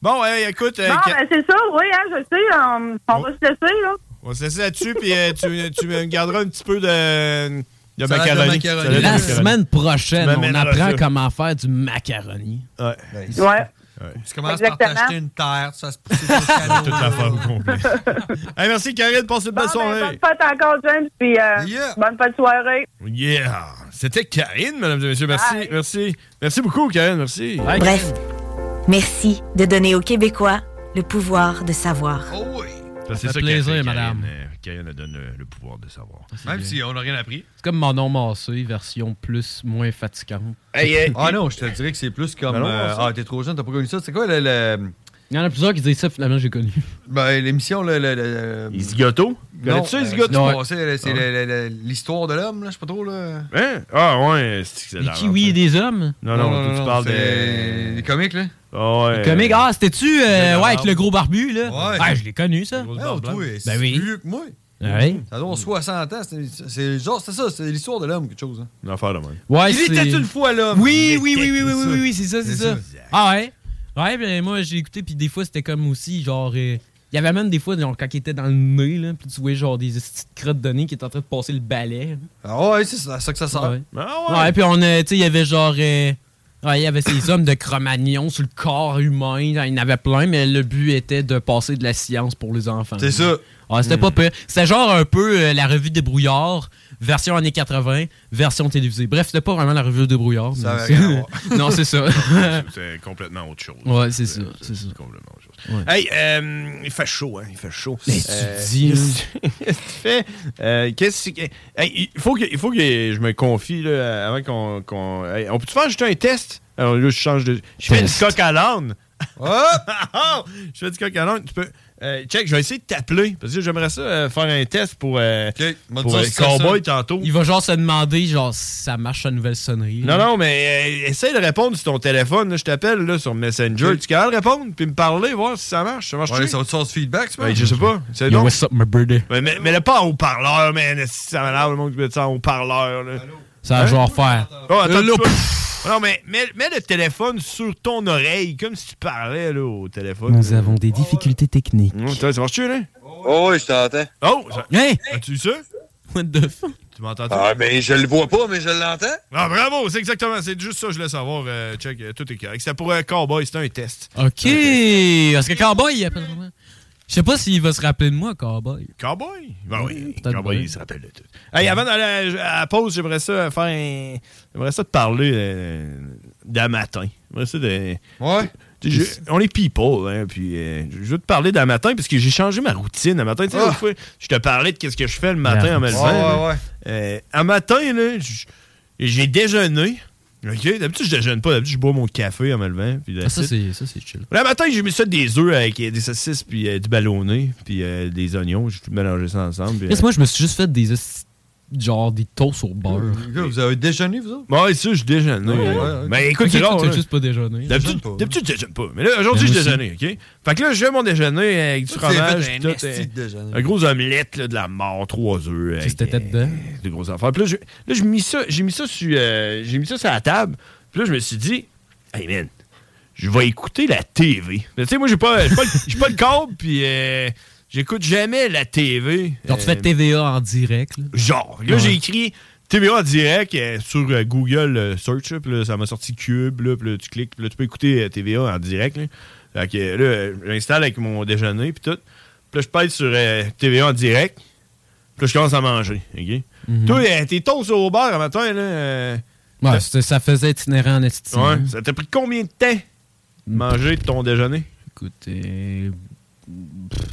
Bon, hey, écoute, euh,
Bon,
Ca-
ben, c'est ça, oui, hein, je sais. euh, on va se laisser, là.
on va se laisser là-dessus, puis euh, tu, tu me garderas un petit peu de, de
Salade
macaroni.
de macaroni.
Salade de
La
macaroni.
semaine prochaine,
Tu
on
m'amèneras
apprend
ça.
comment faire du macaroni. Ben,
Ouais.
Ouais.
Tu commences par
Exactement.
t'acheter une terre, ça se pousse
<laughs> Toute la forme
<laughs>
complète. Hey, merci, Karine. Passe une belle soirée.
ben, Bonne fête encore, James, puis euh, bonne fête soirée.
Yeah! C'était Karine, mesdames et messieurs. Merci, merci. Merci beaucoup, Karine. Merci.
Bref, merci de donner aux Québécois le pouvoir de savoir.
Ça
Ça, c'est
fait
ça
plaisir,
Karine,
madame.
euh, Karine elle donne euh, le pouvoir de savoir.
Même si on n'a rien appris.
C'est comme mon nom massé, version plus, moins fatigante.
Ah non, je te dirais que c'est plus comme.
Ben non,
euh,
ça.
ah, t'es trop jeune, t'as pas connu ça. C'est quoi le. le-
Il y en a plusieurs qui disent ça, finalement, j'ai connu.
ben, l'émission, le. le, le
Isigoto?
Non,
Connais-tu
euh,
Isigoto?
c'est hein?
Ouais.
passé, là, C'est
Ah ouais.
le- le- le- l'histoire de l'homme, là, je sais pas trop, là.
Hein? Ah, ouais, c'est
Les
excellent.
kiwis et des hommes?
Non, non, toi, tu parles
c'est
des.
Les comiques, là.
Ah, ouais.
Le comique, ah, c'était-tu euh,
Le
ouais,
barbe.
avec le gros barbu, là?
Ouais.
je l'ai connu, ça.
Non, toi, c'est
Ben oui.
vieux que moi.
Ouais.
Ça doit 60 ans. c'est- C'est genre, c'est ça, c'est l'histoire de l'homme, quelque chose. hein.
Une affaire de même.
Ouais,
Il
c'est-
était une fois l'homme.
Oui,
Il
oui,
était
oui, oui, oui,
ça.
oui, oui, c'est ça, c'est
C'est
ça.
ça.
Ah ouais? Ouais, ben moi, j'ai écouté, puis des fois, c'était comme aussi, genre... euh, Il y avait même des fois, genre, quand il était dans le nez, là, puis tu voyais, genre, des petites crottes de nez qui étaient en train de passer le balai. hein,
Ah ouais, c'est ça, à ça que ça sert.
Ouais.
Ah
Ouais, puis on a, tu sais, il y avait genre... euh, ouais, il y avait ces hommes de Cro-Magnon sur le corps humain, il y en avait plein, mais le but était de passer de la science pour les enfants.
C'est ça.
Ouais, c'était
Hmm.
pas pire. C'était genre un peu euh, la revue Débrouillard, version années 80, version télévisée. Bref, c'était pas vraiment la revue Débrouillard.
Ça
mais
avait
c'est-
rien à
<laughs>
voir.
non, c'est ça.
C'est complètement autre chose.
Ouais, c'est ça, c'est ça.
complètement autre chose.
Ouais.
Hey, euh, il fait chaud, hein? Il fait chaud. Euh,
Mais tu dis,
<laughs> Qu'est-ce que tu fais? Euh, qu'est-ce que. Hey, il faut que, il faut que je me confie, là, avant qu'on. qu'on- hey, on peut-tu faire juste un test? Alors là, je change de. Je fais du coq à l'âne. <laughs> Oh! je fais du coq à l'âne. Tu peux. euh, check, je vais essayer de t'appeler. Parce que j'aimerais ça euh, faire un test pour. euh, pour euh, Cowboy tantôt.
Il va genre se demander, genre, si ça marche sa nouvelle sonnerie.
Non, non, mais euh, essaye de répondre sur ton téléphone. là. je t'appelle là, sur Messenger. Tu es capable de répondre puis me parler, voir si ça marche. Ça marche
Ouais, ça va te faire du feedback, tu
je sais pas. C'est
Yo,
Euh, donc.
what's up, my brother?
Mais, mais, mais le pas en haut-parleur, man. est-ce que Ça m'a l'air, le monde qui met ça en haut-parleur. là.
Ça va
Hein?
genre faire.
Oh, attends,
Là,
tu vois. Non, mais mets, mets le téléphone sur ton oreille, comme si tu parlais là, au téléphone.
Nous avons des difficultés techniques.
Hum, toi, ça marche-tu, là?
Oh, oui, je t'entends.
Oh! ça-
Hey!
As-tu vu ça?
What the fuck?
Tu m'entends
Ah, mais je le vois pas, mais je l'entends.
Ah, bravo! C'est exactement. C'est juste ça que je voulais savoir. euh, check, euh, tout est correct. C'était pour un Cowboy, c'était un test.
Ok! Parce que Cowboy, il appelle vraiment. Je sais pas s'il va se rappeler de moi, Cowboy.
Cowboy? Ben oui,
peut-être
Cowboy,
bien.
il se rappelle de tout. Hey, avant d'aller à à la pause, j'aimerais ça faire un... ben, J'aimerais ça te parler euh, d'un matin. J'aimerais ça de...
Ouais.
on est people, hein, puis euh, je veux te parler d'un matin parce que j'ai changé ma routine un matin. Tu sais,
Ah.
l'autre fois, je te parlais de qu'est-ce que je fais le matin en me levant.
Ouais,
là.
ouais, ouais.
Euh, un matin, là, j- j'ai déjeuné. OK? D'habitude, je déjeune pas. D'habitude, je bois mon café en me levant. puis
Ah, ça,
that's it.
c'est ça, c'est chill.
Le matin, j'ai mis ça des œufs avec euh, des saucisses, puis euh, du ballonné, puis euh, des oignons. J'ai tout mélangé ça ensemble. puis, euh,
Chris, moi, je me suis juste fait des. hosties- Genre des toasts au beurre.
Vous avez déjeuné, vous autres?
Ouais, ça, je déjeune.
Ouais, ouais,
euh,
ouais.
Mais écoute,
Ok,
c'est
toi,
rare.
t'as
là.
juste pas déjeuné.
D'habitude,
Déjeune pas.
d'habitude, je déjeune pas. Mais là, aujourd'hui,
Ben
je
aussi.
déjeunais, OK? Fait que là, j'ai mon déjeuner avec du
Toi, tu t'es
fromage.
fait un
puis tout,
esti de
euh,
déjeuner.
un gros omelette là, de la mort, trois œufs. avec,
c'était
euh, Des grosses affaires. Puis là, j'ai là, j'ai mis ça, j'ai mis ça sur, euh, j'ai mis ça sur la table. Puis là, je me suis dit, hey man, je vais écouter la TV. Mais Tu sais, moi, j'ai pas, j'ai pas, le- j'ai pas le câble, puis euh, j'écoute jamais la TV.
Genre, tu fais TVA en direct. Là.
Genre, là,
Ouais.
j'ai écrit TVA en direct euh, sur euh, Google euh, Search, là, puis là, ça m'a sorti Cube, là, puis là, tu cliques, puis là, tu peux écouter euh, TVA en direct. Là. Fait que euh, là, euh, j'installe avec mon déjeuner, puis tout. Puis là, je pèse sur euh, TVA en direct, puis là, je commence à manger, OK? Toi, euh, t'es tôt sur au bar un matin, là. euh,
Ouais, c'était- ça faisait itinérant en hein. estime.
ouais, ça t'a pris combien de temps de manger ton déjeuner?
Écoutez.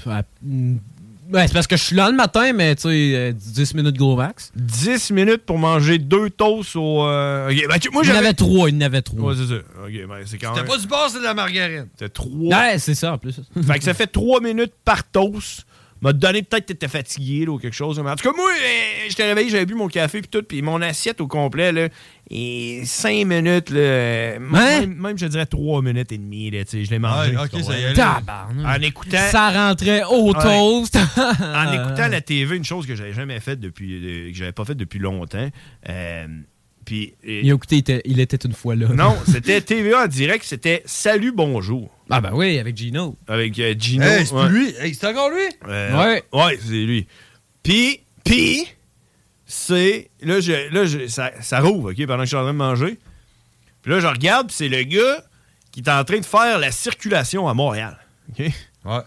Ouais, c'est parce que je suis là le matin, mais tu sais, euh, 10 minutes gros max.
10 minutes pour manger deux toasts au. euh, ok, ben, tu- moi,
il y en
j'avais-
avait trois, il y en avait trois.
Ouais, c'est ça. Ok, ben, c'est quand
C'était
même.
pas du beurre, c'est de la margarine.
C'était trois.
Ouais, c'est ça en plus.
fait que ça fait trois minutes par toast. M'a donné peut-être que t'étais fatigué là, ou quelque chose. Mais en tout cas, moi, euh, j'étais réveillé, j'avais bu mon café puis tout, puis mon assiette au complet, là, et cinq minutes, là, euh, m-
Hein?
même, même, je dirais trois minutes et demie, là, tu sais, je l'ai mangé.
ok,
tu comprends?
ça y est, là.
En écoutant...
Ça rentrait au
Ouais.
toast. <laughs>
en écoutant la TV, une chose que j'avais jamais faite depuis... euh, que j'avais pas faite depuis longtemps, euh, puis... euh,
Il a écouté, il était, il était une fois là.
non, c'était TVA en direct, c'était Salut, bonjour.
Ah ben oui, avec Gino.
Avec euh, Gino.
Hey, c'est
ouais.
lui. Hey, c'est encore lui.
Euh,
Ouais.
Ouais, c'est lui. Puis, puis, c'est. Là, je, là je- ça, ça rouvre, OK, pendant que je suis en train de manger. Puis là, je regarde, puis c'est le gars qui est en train de faire la circulation à Montréal. OK? Ouais.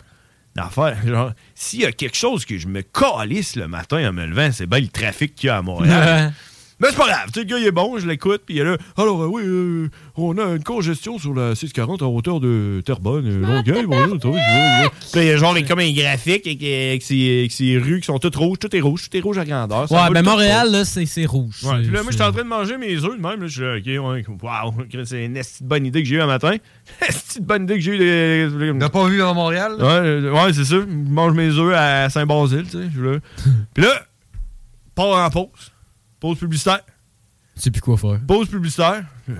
D'affaire. Genre, s'il y a quelque chose que je me calisse le matin en me levant, c'est bien le trafic qu'il y a à Montréal.
<laughs>
Mais c'est pas grave, tu sais, le gars, il est bon, je l'écoute, puis il est là. Alors, euh, oui, euh, on a une congestion sur la 640 en hauteur de Terrebonne, euh, Longueuil, bon, oui, oui, oui. Puis il y a genre, il y a comme un graphique avec, euh, avec ses, avec ses rues qui sont toutes rouges, tout est rouge, tout est rouge à grandeur. Ça
Ouais,
roule
mais
tout
Montréal,
rouge.
là, c'est c'est rouge.
Ouais,
C'est-
puis là, moi,
c'est-
j'étais en train de manger mes œufs de même. Là, je suis là, OK, ouais, wow, <laughs> Chris, c'est une esti de bonne idée que j'ai eue un matin. <laughs> Esti de bonne idée que j'ai eue. de-
T'as pas vu à Montréal?
Ouais,
là?
euh, ouais, c'est ça. Je mange mes œufs à Saint-Basile, tu sais. je suis
<laughs>
là. Puis là, part en pause. Pause publicitaire.
Tu sais plus quoi faire.
Pause publicitaire. Euh,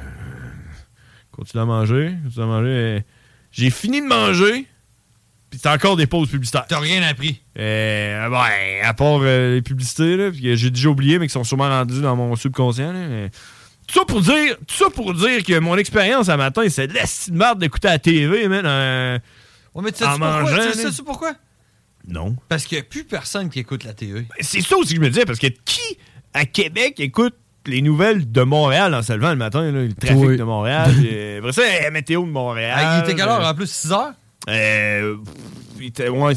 Continue à manger. Continue à manger. Euh, J'ai fini de manger. Puis c'est encore des pauses publicitaires.
T'as rien appris.
Euh, ouais, à part euh, les publicités, là, puis que j'ai déjà oublié, mais qui sont sûrement rendues dans mon subconscient. là, mais- Tout ça pour dire, tout ça pour dire que mon expérience à matin, c'est de la petite marde d'écouter à la TV, man. euh,
Ouais, mais tu
en
sais-tu pourquoi?
mangeant,
Tu
là.
sais-tu pourquoi?
Non. Ben,
Parce qu'il n'y a plus personne qui écoute la TV.
C'est ça aussi que je me disais, parce que qui à Québec écoute les nouvelles de Montréal en se levant le matin, là, le trafic
Toi.
de Montréal, puis après ça, la météo de Montréal.
Ah, il était quelle heure, en plus,
6 h Euh, pff, il était ouais,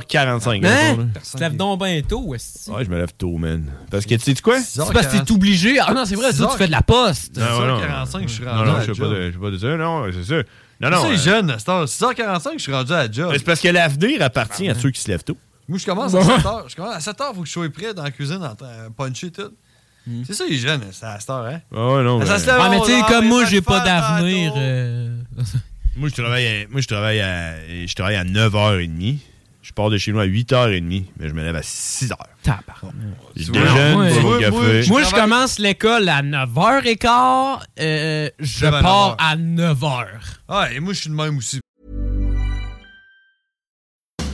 6h45.
Hein?
mettons, là.
Tu te lèves donc bien tôt, est
Ouais, je me lève tôt, man. Parce que tu sais quoi?
C'est parce que t'es obligé. Ah non, c'est vrai, toi, tu fais de la poste.
Non, ouais, non. Non, non, je sais pas de- je sais pas de ça, non, c'est ça. Non, non.
C'est
euh,
jeune, à cette heure. 6h45, je suis rendu à la job.
mais C'est parce que l'avenir appartient à ceux qui se lèvent tôt.
Moi, je commence à 7h. Je commence à 7h, il faut que je sois prêt dans la cuisine, en train de puncher tout. C'est ça, les jeunes, c'est à 7h, hein?
Ah ouais, non.
Ça
ben-
se lève
Ah, mais tu sais,
Ah,
comme
mais
moi,
pas
j'ai
de
pas
faire,
d'avenir. euh,
Moi, je travaille à, moi, je travaille à, je travaille à 9h30. Je pars de chez moi à 8h30, mais je me lève à 6h.
Tabarnak.
Je
Ouais, ouais.
déjeune, je mon
Moi,
café.
je commence l'école à 9h15. euh, je
Lève à
pars à 9h.
Ah, et moi, je suis de même aussi.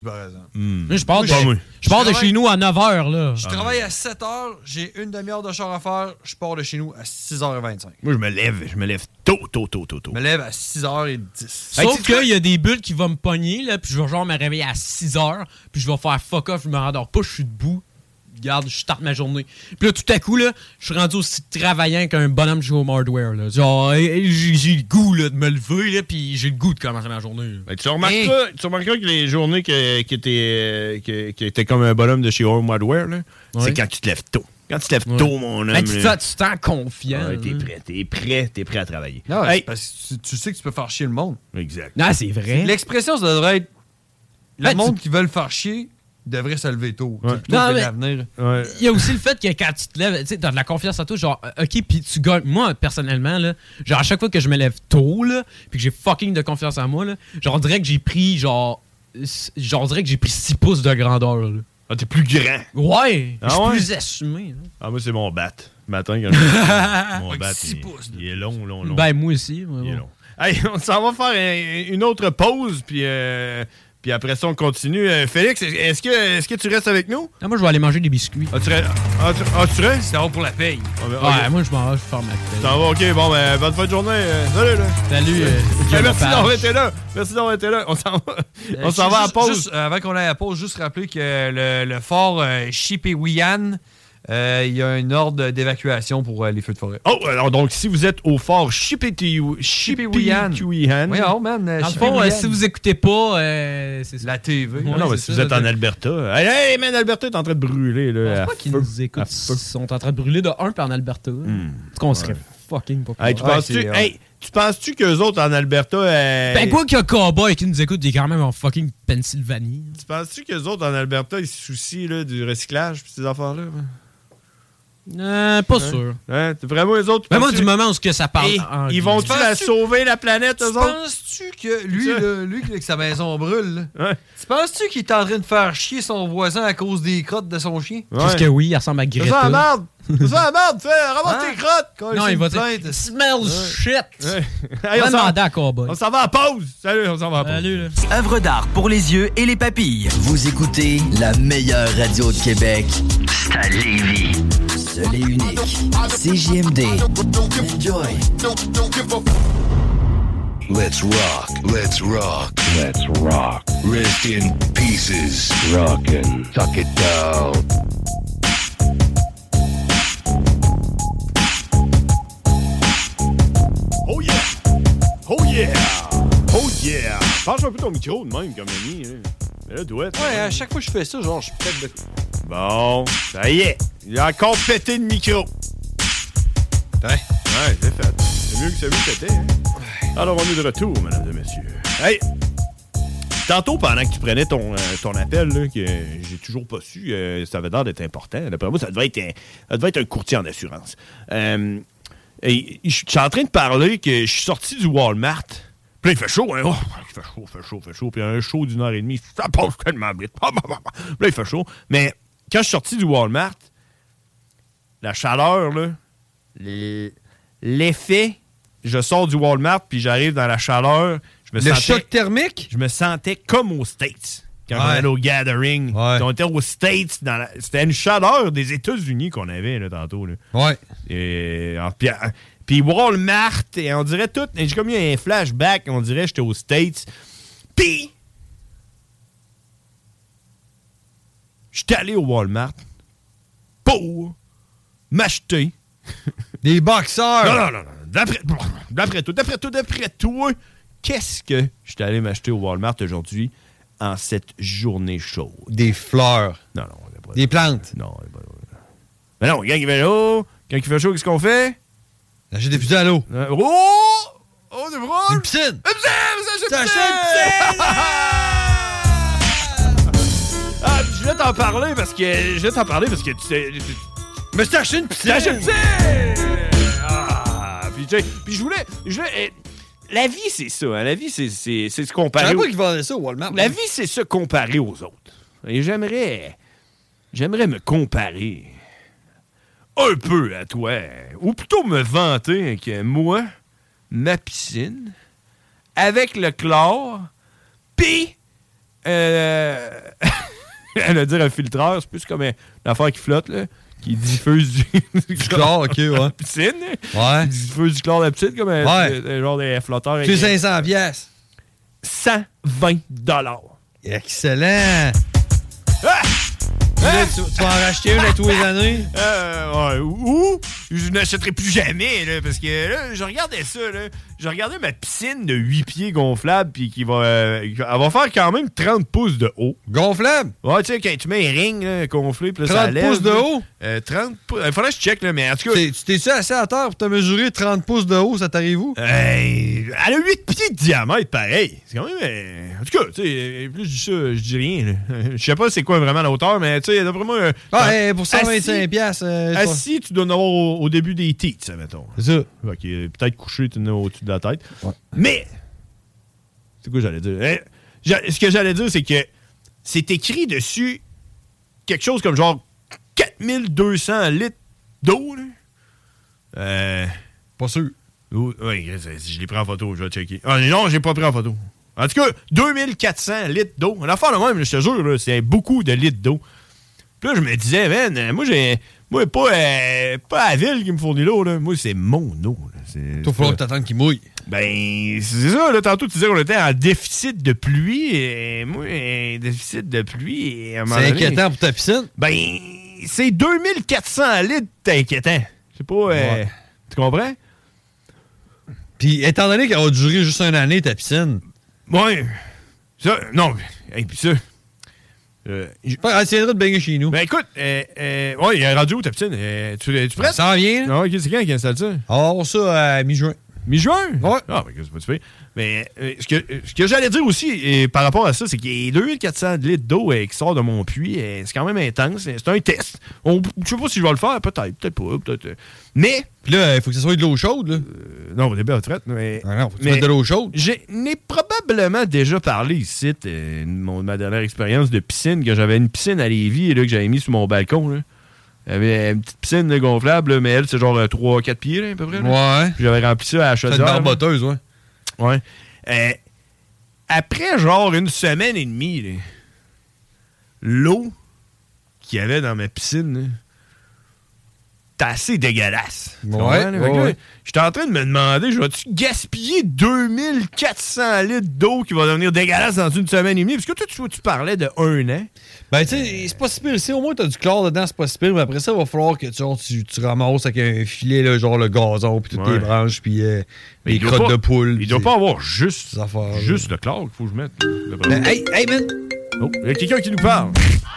Moi, je pars, de,
Pas moi.
je pars de
Je travaille-
chez nous à 9h. Là.
Je travaille à 7h, j'ai une demi-heure de char à faire, je pars de chez nous à 6h25.
Moi, je me lève, je me lève tôt, tôt, tôt, tôt, tôt.
Je me lève à 6h10.
Sauf qu'il y a des bulles qui vont me pogner, là, puis je vais genre me réveiller à 6 h puis je vais faire fuck off, je me rendors pas, je suis debout. garde, je starte ma journée. Puis là, tout à coup, là, je suis rendu aussi travaillant qu'un bonhomme joue au hardware. Là. Genre, eh, eh, j'ai j'ai le goût là, de me lever, là, puis j'ai le goût de commencer ma journée. là.
Ben, tu remarqueras, tu remarqueras que les journées que- qui étaient euh, que- qui étaient comme un bonhomme de chez Home Hardware, là, c'est quand tu te lèves tôt. Quand tu te lèves tôt, mon homme.
Ben, tu te
là.
fais- tu te sens confiant.
Ouais, t'es
là.
prêt, t'es prêt, t'es prêt à travailler.
Non,
Hey,
c'est parce que tu, tu sais que tu peux faire chier le monde.
Exact.
Non, Ah, c'est vrai.
L'expression, ça devrait être le
Ben, tu-
monde qui veut le faire chier devrait se lever tôt. tu sais, Plutôt
Non,
que
mais-
l'avenir.
Il y a aussi le fait que quand tu te lèves, tu sais, t'as de la confiance en toi, genre, euh, ok, puis tu gagnes. Moi, personnellement, là, genre, à chaque fois que je me lève tôt, là, puis que j'ai fucking de confiance en moi, là, genre, on dirait que j'ai pris, genre, s- genre, on dirait que j'ai pris 6 pouces de grandeur, là.
Ah, t'es plus grand.
Ouais,
Ah
je suis
ouais?
plus assumé. là.
Ah, moi, c'est mon bat. Le matin,
<laughs>
quand je- mon bat,
Six
il, il est long, long, long.
Ben, moi aussi. ouais,
Il est
ouais.
long. Hey, <laughs> on s'en va faire un- une autre pause, puis, euh, puis après ça, on continue. Euh, Félix, est-ce que, est que tu restes avec nous?
Ah, moi, je vais aller manger des biscuits.
Ah, tu, re- ah, tu, ah, tu restes? Ah, ben,
C'est pour la paye.
Ouais, moi, je m'en vais, je ferme ma
Tu t'en vas, ok, bon, ben, bonne fin de journée. euh, salut, là.
Salut, euh,
Hey,
Guillaume
merci
Lepage.
d'avoir été là. Merci d'avoir été là. On s'en va, on
Euh,
s'en
Juste-
va à la pause.
juste, euh, avant qu'on aille à la pause, juste rappeler que le, le fort euh, Chipewyan, euh, il y a un ordre d'évacuation pour euh, les feux de forêt.
Oh, alors donc, si vous êtes au fort Chipewian. Chipewian.
Oui, oh, man, euh,
Dans le
Chipewyan.
fond, euh, si vous écoutez pas, euh, c'est
La TV.
non, non, mais si vous êtes en Alberta. Hey, hey, man, Alberta est en train de brûler. Là, à
pas qu'ils
feu.
nous écoutent.
À feu. Hmm.
Ils sont en train de brûler de 1 par en Alberta. En tout cas, on serait fucking pas
Hey, tu penses-tu hey, tu penses-tu qu'eux autres en Alberta. euh,
Ben, quoi qu'il y a Cowboy qui nous écoute, il est quand même en fucking Pennsylvanie.
Tu penses-tu qu'eux autres en Alberta, ils se soucient là, du recyclage et ces affaires-là?
Euh, pas
Hein?
sûr.
Hein? T'es Vraiment, eux autres.
Mais moi,
penses-tu-
du moment où ce que ça parle.
Hey,
en
ils
anglais.
vont-tu la sauver, la planète, eux
Tu
autres?
penses-tu que lui, là, lui que sa maison brûle, là, tu penses-tu qu'il est en train de faire chier son voisin à cause des crottes de son chien?
Qu'est-ce que oui, il ressemble à Greta.
Ça, la
<laughs>
merde!
Fais la merde, fais, ramasse
Hein?
tes crottes!
Non,
c'est
il
une
va dire,
plainte.
Smells shit!
<laughs> Hey,
on va
on s'en-
demander à Cowboy.
On s'en va à pause! Salut, on s'en va à pause.
Œuvre d'art pour les yeux et les papilles. Vous écoutez la meilleure radio de Québec. C'est à Lévis. Seul et unique. CJMD. Enjoy.
Let's rock. Let's rock. Let's rock. Rest in pieces. Rockin'. Tuck it down.
Oh yeah! Oh yeah! Oh yeah! Penche un peu ton micro de même, comme ami. hein. Mais là, doit être.
Ouais, à chaque fois que je fais ça, genre, je suis peut-être de...
Bon, ça y est! Il a encore pété le micro! Ouais. Ouais, c'est fait. C'est mieux que celui que c'était, hein? Alors, on est de retour, mesdames et messieurs. Hey! Tantôt, pendant que tu prenais ton, euh, ton appel, là, que j'ai toujours pas su, euh, ça avait l'air d'être important. D'après moi, ça devait être un, ça devait être un courtier en assurance. Euh, et je suis en train de parler que je suis sorti du Walmart. Puis là, il fait chaud, hein? Oh, il fait chaud, fait chaud, fait chaud. Puis un chaud d'une heure et demie, ça passe tellement vite. Puis là, il fait chaud. Mais quand je suis sorti du Walmart, la chaleur, là, l- l'effet, je sors du Walmart, puis j'arrive dans la chaleur. Je me
Le
sentais-
choc thermique?
Je me sentais comme aux States. Quand on
Ouais.
allait au Gathering, Puis on était aux States, dans la- c'était une chaleur des États-Unis qu'on avait là, tantôt. Là.
Ouais.
Et, euh, alors, puis, à- puis Walmart, et on dirait tout. et J'ai comme eu un ben, flashback, on dirait que j'étais aux States. Puis, j'étais allé au Walmart pour m'acheter
des boxeurs.
Non, non, non, non. D'après d'après toi, d'après toi, d'après toi, qu'est-ce que j'étais allé m'acheter au Walmart aujourd'hui en cette journée chaude?
Des fleurs.
Non, non, on est pas
Des plantes.
Non, Mais Ben non, quand il fait chaud, quand il fait chaud, qu'est-ce qu'on fait?
J'ai des fusées à l'eau.
Oh! Oh, c'est vrai! Une
piscine! Une piscine!
Vous achetez une piscine! Ah, puis je voulais t'en parler parce que. Je voulais t'en parler parce que tu sais.
Mais c'est acheté une piscine!
J'ai acheté une piscine! Ah! Puis, tu sais, puis je voulais. je voulais, eh, la vie, c'est ça. hein. La vie, c'est- c'est c'est se
Je
comparer.
savais
aux-
pas qu'ils vendaient ça au Walmart.
La vie, c'est se comparer aux autres. Et j'aimerais. J'aimerais me comparer un peu à toi. Ou plutôt me vanter que moi, ma piscine, avec le chlore, pis. Euh, <laughs> elle a dire un filtreur, c'est plus comme un- une affaire qui flotte, là, qui diffuse du, du
chlore, ok, ouais.
dans la <laughs> piscine. Ouais. Qui diffuse du chlore de la piscine, comme un,
Ouais.
un genre de flotteur. avec
C'est
un-
500 pièces.
120 dollars.
Excellent.
Ah!
Là, tu, tu vas en racheter une à tous les années?
<laughs> Euh, ouais, ou ou je n'achèterai plus jamais, là, parce que là, je regardais ça, là. Je regardais ma piscine de 8 pieds gonflable, puis qui va, euh, elle va faire quand même 30 pouces de haut.
Gonflable?
Ouais, tu sais, quand tu mets un ring, là, gonflé, puis là,
30
ça lève,
pouces de
là.
haut?
Euh, 30 pouces. Il faudrait que je check, là, mais en tout cas.
Tu t'es assez à terre pour te mesurer 30 pouces de haut, ça t'arrive où?
Hey, euh, elle a 8 pieds de diamètre, pareil. C'est quand même. euh, En tout cas, tu sais, plus je dis ça, je dis rien. là. <laughs> Je sais pas c'est quoi vraiment la hauteur, mais tu sais, d'après moi. euh,
Ah,
euh,
hey, pour 125
assis-
piastres. euh, toi.
Assis, Bah, tu dois en avoir au, au début des teats, ça, mettons.
C'est ça.
Fait que, euh, peut-être couché, tu en as au-dessus de la tête. Mais, c'est quoi que j'allais dire? Hein? J'a- ce que j'allais dire, c'est que c'est écrit dessus quelque chose comme genre 4200 litres d'eau. là. Euh,
pas sûr.
Oui, c'est- je l'ai pris en photo, je vais checker. Ah, non, j'ai pas pris en photo. En tout cas, 2400 litres d'eau. L'affaire de même, je te jure, là, c'est beaucoup de litres d'eau. Puis là, je me disais, man, euh, moi, j'ai. Moi, pas, euh, pas la ville qui me fournit l'eau, là. Moi, c'est mon eau. là. C'est-
Toi, il faudra que t'attendes qu'il mouille.
Ben, c'est ça, là. Tantôt, tu disais qu'on était en déficit de pluie. et moi, un déficit de pluie. et à un moment
C'est
donné-
inquiétant pour ta piscine?
Ben, c'est 2400 litres, c'est inquiétant. Je sais pas. euh,
Ouais.
Tu comprends?
Puis, étant donné qu'elle va durer juste une année, ta piscine.
Ouais. Ça, non. Et puis ça. Euh,
Elle tiendra de baigner chez nous.
Ben, écoute, euh, euh, ouais, il y a un radio, ta petite. Euh, tu, tu prêt?
Ça en vient, là.
Ah, ok, c'est quand qui installe ça?
On va ça à mi-juin.
Mi-juin? Ouais. Ah, ben, c'est pas super. Mais euh, ce que, ce que j'allais dire aussi euh, par rapport à ça, c'est qu'il y a 2400 litres d'eau euh, qui sort de mon puits. euh, c'est quand même intense. C'est un test. On, je sais pas si je vais le faire. Peut-être, peut-être pas. Peut-être, euh. mais.
là, il faut que ce soit de l'eau chaude, là. Ah
non, au début, à traite. Euh, Mais,
non, faut que tu mettes de l'eau chaude.
J'ai n'ai probablement déjà parlé ici euh, de mon- ma dernière expérience de piscine, que j'avais une piscine à Lévis là, que j'avais mis sur mon balcon. Là. J'avais une petite piscine là, gonflable, là, mais elle, c'est genre 3-4 pieds là, à peu près. là.
Ouais.
Puis J'avais rempli ça à la
C'est
chaudière.
une
là.
barboteuse, ouais.
Ouais. Euh, après genre une semaine et demie, là, l'eau qu'il y avait dans ma piscine, là, t'es assez dégueulasse. Tu
Ouais,
comprends, là? Fait que
ouais,
là,
ouais.
J'étais en train de me demander, je vais-tu gaspiller 2400 litres d'eau qui va devenir dégueulasse dans une semaine et demie? Parce que toi, tu, tu parlais de un an.
Ben, tu sais, c'est pas si pire. Si au moins t'as du chlore dedans, c'est pas si pire. Mais après ça, il va falloir que genre, tu, tu ramasses avec un filet, là, genre le gazon, puis toutes
Ouais.
les branches, puis euh,
Mais
les
il doit
crottes
pas-
de poule.
Il doit
puis-
pas avoir juste,
affaires,
juste le chlore qu'il faut que je mette. d'après
Ben,
moi.
hey, hey, man!
Oh, il y a quelqu'un qui nous parle.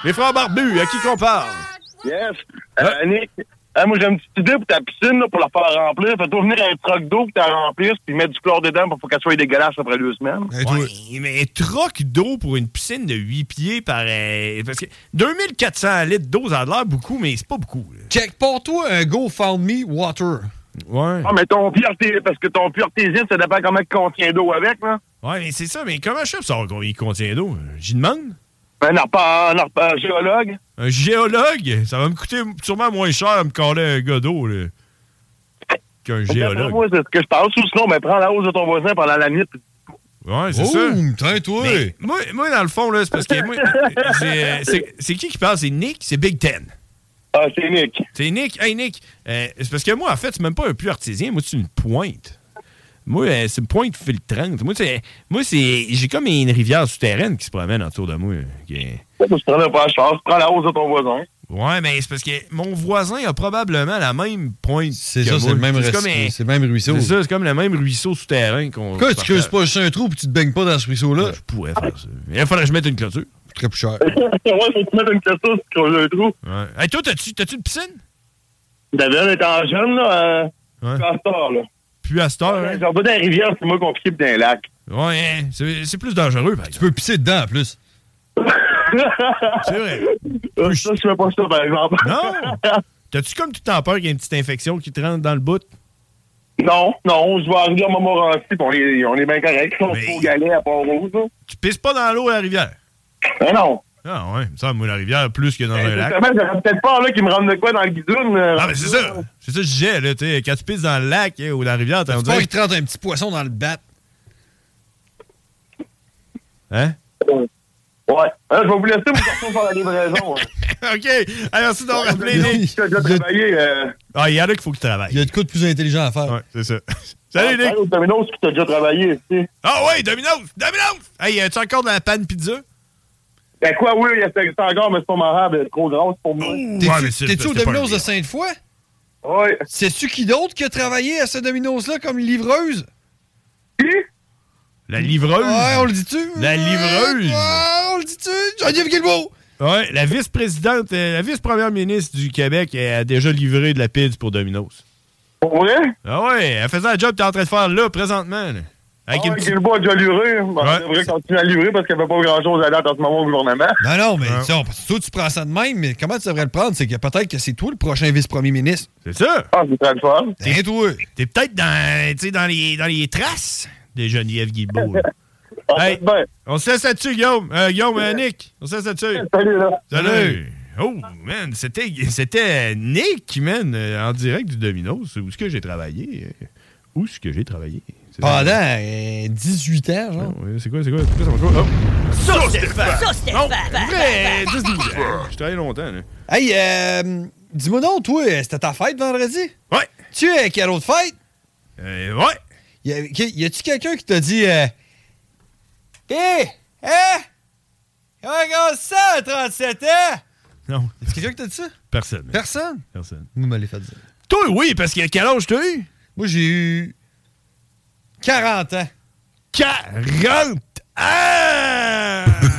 Les frères barbus, à qui qu'on parle?
Yes. Euh, Nick, hein, moi j'ai une petite idée pour ta piscine, là, pour la faire remplir. Fais-toi venir un troc d'eau que t'en remplisses, puis mettre du chlore dedans pour qu'elle soit dégueulasse après deux semaines.
Ouais, mais un troc d'eau pour une piscine de 8 pieds, pareil. Parce que 2400 litres d'eau, ça a l'air beaucoup, mais c'est pas beaucoup.
Check, porte-toi un GoFundMe Water.
Ouais.
Ah, mais ton pire, parce que ton pire artésine, ça dépend comment tu contient d'eau avec, là.
Ouais, mais c'est ça, mais comment je sais ça il contient d'eau? J'y demande.
Un, arpa- un, arpa- un géologue.
Un géologue, ça va me coûter sûrement moins cher à me caler un gars d'eau, là, qu'un
D'après
géologue.
Moi, c'est ce que je pense. Ou sinon, mais prends la hausse de ton voisin pendant la nuit. puis-
Ouais, c'est
Oh,
ça.
toi.
Mais Moi, moi, dans le fond, là, c'est
<laughs>
parce que moi, c'est, euh, c'est- c'est qui qui parle? C'est Nick? C'est Big Ten?
Ah, c'est Nick.
C'est Nick. Hey, Nick, euh, c'est parce que moi, en fait, c'est même pas un puits artésien. Moi, c'est une pointe. Moi, euh, c'est une pointe filtrante. Moi, c'est, moi c'est, j'ai comme une rivière souterraine qui se promène autour de moi. euh, qui est-
Je prends pas la chance. Prends la hausse de ton voisin.
Ouais, mais c'est parce que mon voisin a probablement la même pointe.
C'est ça, c'est le même
ruisseau.
res- c'est le même ruisseau.
C'est ça, c'est comme le même ruisseau souterrain qu'on.
Pourquoi tu creuses pas juste un trou, puis tu te baignes pas dans ce ruisseau-là? je
Ah, pourrais faire ça. Il faudrait que je mette une clôture.
Très plus cher.
ouais, faut te mettre une question si tu creuses un trou.
Ouais. Hey, toi, t'as-tu, t'as-tu une piscine?
David étant jeune, là, euh, castor, là.
Puis à cette heure, hein?
J'en vais dans la rivière, c'est moins compliqué que dans un lac.
Ouais, hein. c'est, c'est plus dangereux. Tu peux
pisser dedans, en plus.
<laughs> C'est vrai.
Ça, je fais pas ça, par exemple. <laughs>
Non! T'as-tu comme tout le temps peur qu'il y ait une petite infection qui te rentre dans le bout?
Non, non, je vais arriver à Montmorency, puis on est, on est bien correct. On se fout au galet à Pont-Rouge, là.
Tu pisses pas dans l'eau à la rivière?
Ben non.
Ah ouais, il me semble, moi, la rivière, plus que dans un lac.
Ben, Justement, j'aurais peut-être peur, là, qu'ils me rendent de quoi dans le guidoune. euh,
Ah, mais c'est ça! C'est ça que je disais, là, tu sais, quand tu pisses dans le lac hein, ou dans la rivière, t'as
Tu pas
envie
qu'il te rentre un petit poisson dans le bat.
Hein?
Ouais.
Euh,
Hein, je vais vous laisser, mon garçon, faire la livraison.
<laughs> OK. merci d'avoir appelé,
Nick. Je dois travailler. euh,
Ah, il y en a qu'il faut que tu travailles.
Il y a de quoi de plus intelligent à faire.
Ouais, c'est ça. <laughs> Ah, Salut, Nick!
au Domino's qui t'a déjà travaillé, tu sais.
Ah ouais, Domino's! Domino's! Hey, as-tu encore de la panne pizza?
Ben quoi, oui, il existe encore, mais c'est pas marrable, elle est trop grosse pour moi.
T'es-tu au Domino's de Sainte-Foy?
Oui.
C'est-tu qui d'autre qui a travaillé à ce Domino's-là comme livreuse?
La livreuse.
Ouais, on le dit-tu?
La livreuse.
Ouais, on le dit-tu? Jean-Yves Guilbeault!
Ouais, la vice-présidente, euh, la vice-première ministre du Québec elle a déjà livré de la pizza pour Domino's.
Pour vrai?
Ah ouais, elle faisait la job que t'es en train de faire là, présentement. là.
Ah
Avec une
ouais,
petite-
Guilbeault a déjà livré. Ben, Elle devrait continuer à livrer parce qu'elle fait pas grand-chose à date en ce moment au gouvernement.
Non, Ben non, mais tu sais, on- toi, tu prends ça de même, mais comment tu devrais le prendre? C'est que peut-être que c'est toi le prochain vice-premier ministre. Ben,
C'est ça.
Ah, c'est très fun.
T'es T'es peut-être dans, tu sais, dans, les, dans les traces de Geneviève
<laughs>
Guilbeault. là.
Ah,
Hey,
ben.
on se laisse là-dessus, Guillaume. Euh, Guillaume, euh, Nick, on se laisse là-dessus.
Salut, là.
Salut. Oh, man, c'était c'était Nick, man, euh, en direct du Domino's. Où est-ce que j'ai travaillé? euh, Où est-ce que j'ai travaillé? C'est-
Pendant euh, 18 ans, genre.
Ouais, C'est quoi, c'est quoi? C'est quoi, ça marche quoi? Oh.
Non,
vrai, 10-12 ans. J'ai travaillé longtemps, là.
Hey, euh, dis-moi donc, toi, euh, c'était ta fête vendredi?
Ouais.
Tu es quelle autre fête?
Eh ouais.
Y, a- qui- y a-tu quelqu'un qui t'a dit. Euh, Hé! Hein? Comment ça, à 37 ans?
Non.
Est-ce quelqu'un qui t'a dit ça?
Personne.
Personne?
Personne.
Vous m'allez fait dire.
Toi, oui, parce que quel âge t'as eu?
Moi, j'ai eu 40 ans.
40 ans!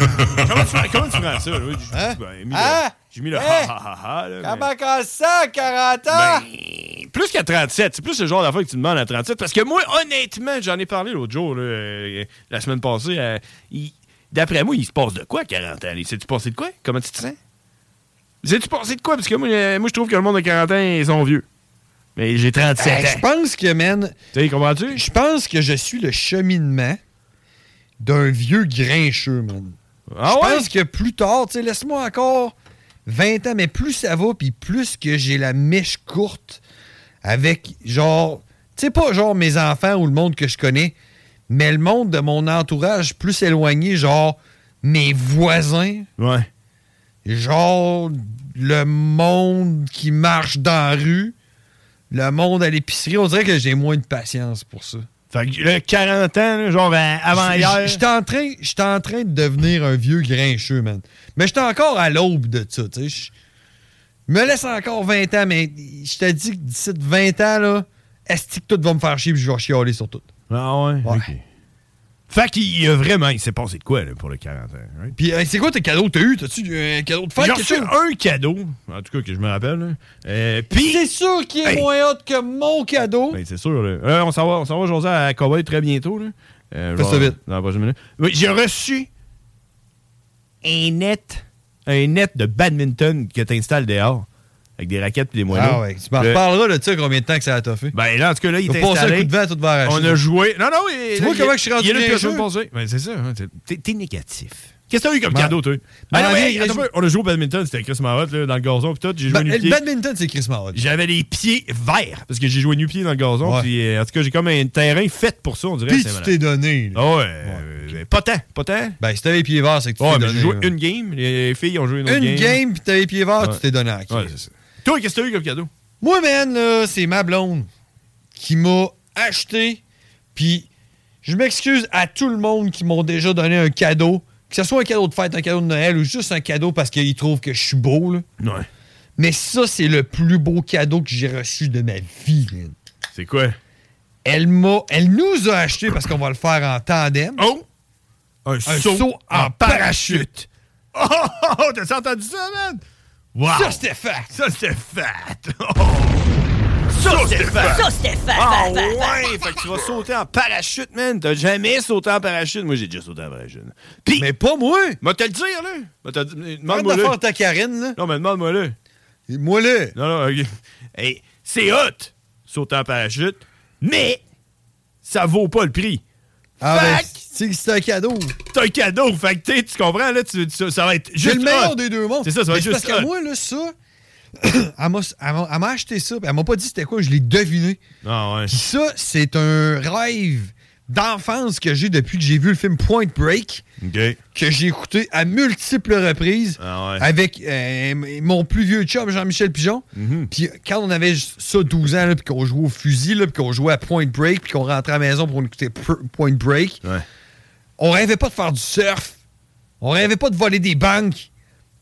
<laughs> comment, tu, comment tu prends ça, là? Oui, J'ai ben, mis,
Hein?
le- j'ai mis le
Hein?
ha ha ha ha. là, mais- Ben,
Comment ça ça, 40 ans?
Plus qu'à 37, c'est plus le genre d'affaire que tu demandes à 37. Parce que moi, honnêtement, j'en ai parlé l'autre jour, là, euh, la semaine passée. euh, il- D'après moi, il se passe de quoi à 40 ans? Sais-tu passé de quoi? Comment tu te sens? Sais-tu passé de quoi? Parce que moi, euh, moi je trouve que le monde de 40 ans, ils sont vieux. Mais j'ai 37
Hey,
ans.
Je pense que, man.
Tu comprends-tu?
Je pense que je suis le cheminement d'un vieux grincheux, man. je pense que plus tard, tu sais, laisse-moi encore 20 ans, mais plus ça va, puis plus que j'ai la mèche courte avec, genre, tu sais, pas genre mes enfants ou le monde que je connais, mais le monde de mon entourage plus éloigné, genre mes voisins.
Ouais.
Genre le monde qui marche dans la rue, le monde à l'épicerie, on dirait que j'ai moins de patience pour ça.
Fait que le 40 ans, là, genre ben, avant
J-
hier.
j- J'étais en train, j'étais en train de devenir un vieux grincheux, man. Mais j'étais encore à l'aube de ça, tu sais. Je- Je me laisse encore 20 ans, mais je te dis que d'ici 20 ans, là, est-ce que tout va me faire chier puis je vais chialer sur tout.
Ah ouais? ok. Fait qu'il y a vraiment, il s'est passé de quoi là, pour le 40 ans? right?
Puis euh, c'est quoi tes cadeaux que t'as eu? T'as-tu eu un cadeau de fête?
J'ai
quelque
reçu
chose?
un cadeau, en tout cas que je me rappelle. là. Euh, Puis.
C'est sûr qu'il est
Hey!
moins hot que mon cadeau.
Ben, c'est sûr. là. Euh, on s'en va, on s'en va jaser à Cowboy très bientôt. Là. Euh,
Fais ça vite.
Dans la prochaine minute. Oui, j'ai reçu un net, un net de badminton que tu installes dehors avec des raquettes et des moelleux.
Ah ouais, tu m'en reparleras de ça combien de temps que ça a toffé.
Euh, Ben là, en tout cas, là, il
T'as
est
passé
installé.
un coup de vent, tout va arracher.
On a joué. Non, non, il-
Tu vois
il-
comment que je suis rendu
il est là depuis la
grincheux?
semaine passée. Ben, c'est ça. hein, t'es- t'es- T'es négatif. Qu'est-ce que t'as eu comme
Ben-
cadeau, toi?
Ben,
Ah non,
on
mais,
a-
hey, attends un peu, on a joué au badminton, c'était Chris Marotte, là, dans le gazon, pis tout. J'ai joué
Ba-
nu
Ben, le badminton, c'est Chris Marot.
J'avais les pieds verts, parce que j'ai joué nu-pied dans le gazon,
Ouais.
puis euh, en tout cas, j'ai comme un terrain fait pour ça, on dirait.
Puis
c'est
tu
malade.
t'es donné. là.
Ah ouais, euh, ben, pas tant, pas tant.
Ben, si t'avais les pieds verts, c'est que tu
Ouais,
t'es
mais
donné.
j'ai joué
là.
une game, les filles ont joué une autre
Une
game.
game, puis t'avais les pieds verts,
Ouais.
tu t'es donné à qui?
Ouais, c'est ça. Toi, qu'est-ce que t'as eu comme cadeau?
Moi, man, là, c'est ma blonde qui m'a acheté. Puis, je m'excuse à tout le monde qui m'ont déjà donné un cadeau. Que ce soit un cadeau de fête, un cadeau de Noël ou juste un cadeau parce qu'ils trouvent que je suis beau. Là.
Ouais.
Mais ça, c'est le plus beau cadeau que j'ai reçu de ma vie. man.
C'est quoi?
Elle m'a, elle nous a acheté parce qu'on va le faire en tandem.
Oh! Un, saut en Ah, parachute. Oh, oh, oh, t'as entendu ça, man? Wow!
Ça, c'était fat!
Ça, c'était fat! Oh. Ça, c'était fat!
Ça, c'était fat,
Ah
fat, fat,
ouais! Fait que tu vas sauter en parachute, man! T'as jamais sauté en parachute? Moi, j'ai déjà sauté en parachute. Pis,
mais pas moi!
M'a te le dire, là! M'a te le dire-
Arrête
Demande-moi
de
là.
faire ta carine, là.
Non, mais demande-moi là.
Moi là.
Non, non, ok. Hey, c'est hot, sauter en parachute, mais ça vaut pas le prix.
Ah, ben,
Fac!
c'est que c'est un cadeau.
C'est un cadeau, fait que t'sais, tu comprends, là, tu, tu- ça va être
J'ai
juste.
le meilleur
hot.
des deux mondes.
C'est ça, ça va
Mais
être
c'est
juste.
Parce que
hot.
moi, là, ça, <clears throat> elle m'a- elle m'a elle m'a acheté ça, puis elle m'a pas dit c'était quoi, je l'ai deviné.
Ah ouais.
Puis ça, c'est un rêve d'enfance que j'ai depuis que j'ai vu le film Point Break,
Ok.
que j'ai écouté à multiples reprises
Ah ouais.
avec euh, m- mon plus vieux chum, Jean-Michel Pigeon.
Mhm.
Puis quand on avait ça 12 ans, là, puis qu'on jouait au fusil, là, puis qu'on jouait à Point Break, puis qu'on rentrait à la maison pour écouter Pr- Point Break,
Ouais.
on rêvait pas de faire du surf. On rêvait pas de voler des banques.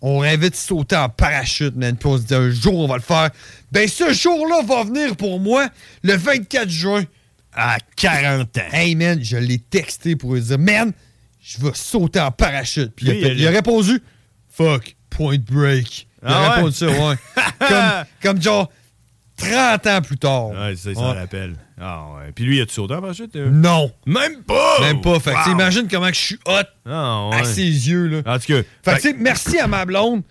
On rêvait de sauter en parachute, man. Puis on se dit, un jour, on va le faire. Ben, ce jour-là va venir pour moi le 24 juin. À 40 ans. Hey, man, je l'ai texté pour lui dire, man, je vais sauter en parachute. Puis il, a
Lui,
fait-
il-
il a répondu, fuck, point break. Il a
Ah ouais?
répondu ça,
<laughs>
ouais. comme, comme genre 30 ans plus tard.
Ouais, c'est ça, il s'en
Ouais.
rappelle. Ah ouais. Puis lui, il a-tu sauté en parachute? euh?
Non.
Même pas!
Même pas. Fait que
Wow!
t'imagines comment que je suis hot
Ah ouais.
à ses yeux, là.
En tout cas.
Fait que, tu sais, merci à ma blonde.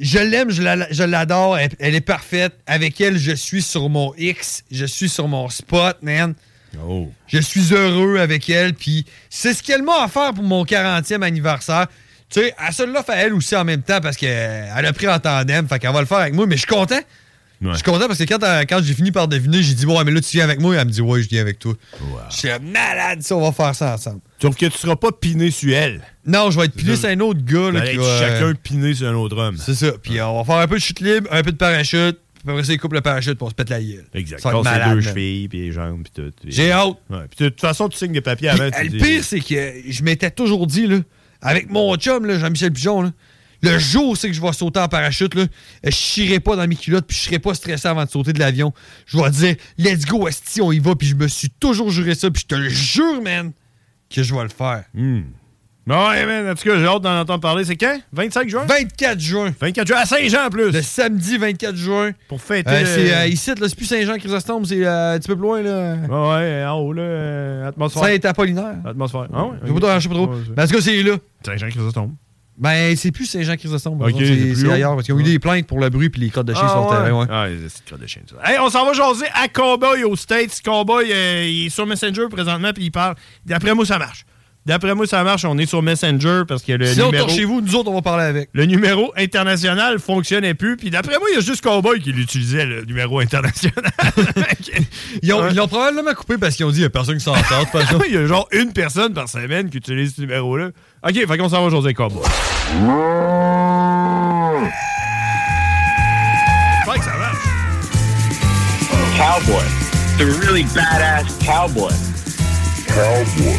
Je l'aime, je la- je l'adore, elle, elle est parfaite. Avec elle, je suis sur mon X, je suis sur mon spot, man. Je suis heureux avec elle, puis c'est ce qu'elle m'a offert pour mon 40e anniversaire. Tu sais, elle se l'offre à elle aussi en même temps parce qu'elle a pris en tandem, fait qu'elle va le faire avec moi, mais je suis content. Je suis content parce que quand, euh, quand j'ai fini par deviner, j'ai dit, ouais, mais là, tu viens avec moi, elle me dit, ouais, je viens avec toi. Je suis malade, ça, on va faire ça ensemble.
Sauf que tu seras pas piné sur elle.
Non, je vais être piné sur un autre gars.
Vous
Là,
allez
qui
être
va-
Ben, chacun piné sur un autre homme.
C'est ça. Puis on va faire un peu de chute libre, un peu de parachute. Puis après ça, ils coupent le parachute pour se pète la gueule.
Exact.
Ça va être
Casse les
malade,
deux
man.
chevilles, puis les jambes, puis tout.
J'ai hâte.
Ouais. Puis de toute façon, tu signes des papiers avant.
Puis,
tu
le
dis-
pire, c'est que euh, je m'étais toujours dit, là, avec mon chum, là, Jean-Michel Pigeon, là, le jour où c'est que je vais sauter en parachute, là, je chierai pas dans mes culottes, puis je serai pas stressé avant de sauter de l'avion. Je vais dire, let's go, Esti, on y va, puis je me suis toujours juré ça, puis je te le jure, man, que je vais le faire.
Bon, ouais, man, en tout cas, j'ai hâte d'en entendre parler. C'est quand? 25 juin?
24 juin.
24 juin à Saint-Jean en plus.
Le samedi 24 juin.
Pour fêter.
Euh,
le-
c'est euh, ici, là, c'est plus Saint-Jean-Chrysostome, c'est euh, un petit peu plus loin, là.
Ouais, ouais, Ben, en haut, là. euh, atmosphère.
Saint-Apollinaire.
Atmosphère. Ah ouais?
Je sais pas trop, je sais pas trop.
Ouais, c'est-
Mais en tout cas, c'est là.
Saint-Jean-Chrysostome.
Ben, c'est plus Saint-Jean-Chrysostome. par
Ok,
exemple,
c'est
c'est
plus
c'est
haut.
ailleurs. Parce qu'ils ont eu
Ouais.
des plaintes pour le bruit, puis les crottes de chien
Ah,
sur le
ouais.
terrain. Ouais.
Ah, c'est crottes de chien, ça. Hey, on s'en va jaser à Cowboy aux States. Cowboy, euh, il est sur Messenger présentement, puis il parle. D'après moi, ça marche. D'après moi, ça marche. On est sur Messenger parce que le
Sinon,
numéro...
torchez-vous, nous autres, on va parler avec.
Le numéro international fonctionnait plus. Puis d'après moi, il y a juste Cowboy qui l'utilisait, le numéro international.
<laughs> Ils ont- ils l'ont probablement coupé parce qu'ils ont dit il n'y a personne qui s'en sort.
<laughs> il y a genre une personne par semaine qui utilise ce numéro-là. OK, fait qu'on s'en va jaser avec Cowboy. J'espère que ça marche.
Cowboy. The really badass cowboy. Cowboy.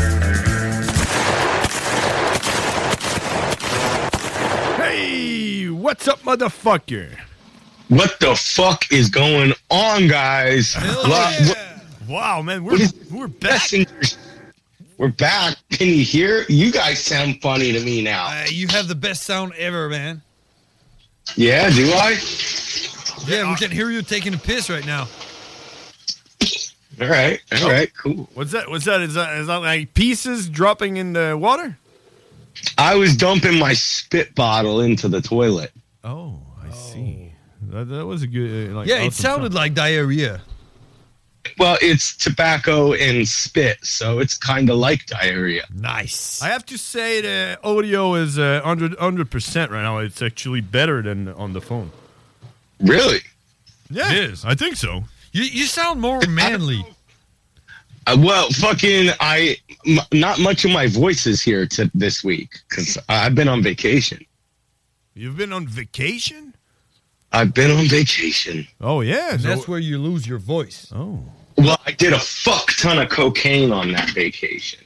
Hey, what's up, motherfucker?
What the fuck is going on, guys?
Wow, man,
we're we're back. We're back. Can you hear? You guys sound funny to me now.
Uh,
you have the best sound ever, man.
Yeah, do I?
Yeah, we can hear you taking a piss right now.
All right, all right, cool.
What's that? What's that? Is that, is that like pieces dropping in the water?
I was dumping my spit bottle into the toilet.
Oh, I see. That, that was a good. Uh, like,
Yeah, it
awesome
sounded
sound.
like diarrhea.
Well, it's tobacco and spit, so it's kind of like diarrhea.
Nice.
I have to say the audio is uh, 100 percent right now. It's actually better than on the phone.
Really?
Yeah, it is. I think so.
You you sound
<laughs>
more manly.
Uh, well, fucking, I m- not much of my voice is here to this week because I've been on vacation.
You've been on vacation?
I've been on vacation.
Oh yeah,
that's where you lose your voice.
Oh.
Well, I did a fuck ton of cocaine on that vacation.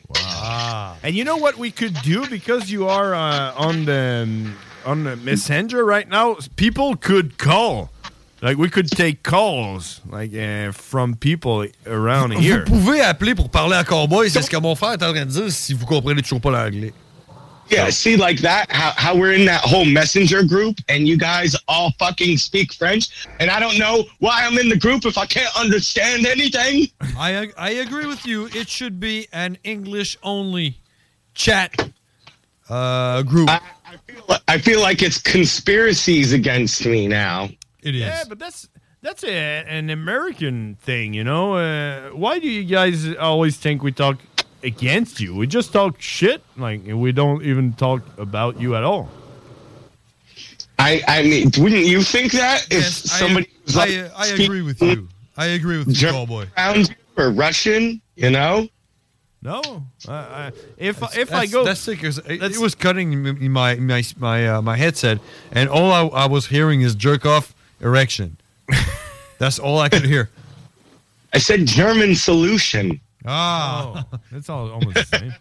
And you know what we could do because you are uh, on the um, on the messenger right now. People could call. Like we could take calls like uh, from people
<laughs>
around
Vous
here.
pouvez appeler pour parler à Cowboy, c'est ce que mon frère est en train de dire si vous comprenez toujours pas l'anglais.
Yeah, see, like that, how, how we're in that whole messenger group and you guys all fucking speak French. And I don't know why I'm in the group if I can't understand anything.
I I agree with you. It should be an English only chat uh, group.
I feel like it's conspiracies against me now.
It is.
Yeah, but that's that's a, an American thing, you know. Uh, why do you guys always think we talk against you? We just talk shit, like and we don't even talk about you at all.
I, I mean, wouldn't you think that if
Yes, I-
somebody was like,
uh,
I, I agree with you. I agree with you, cowboy.
Brown or Russian, you know?
No. I- I- if if I
That's-
go.
that's sick. 'cause It, it was cutting m- m- my my my uh, my headset, and all I, I was hearing is jerk off erection. that's all I could hear.
I said German solution.
Ah, that's all almost the same.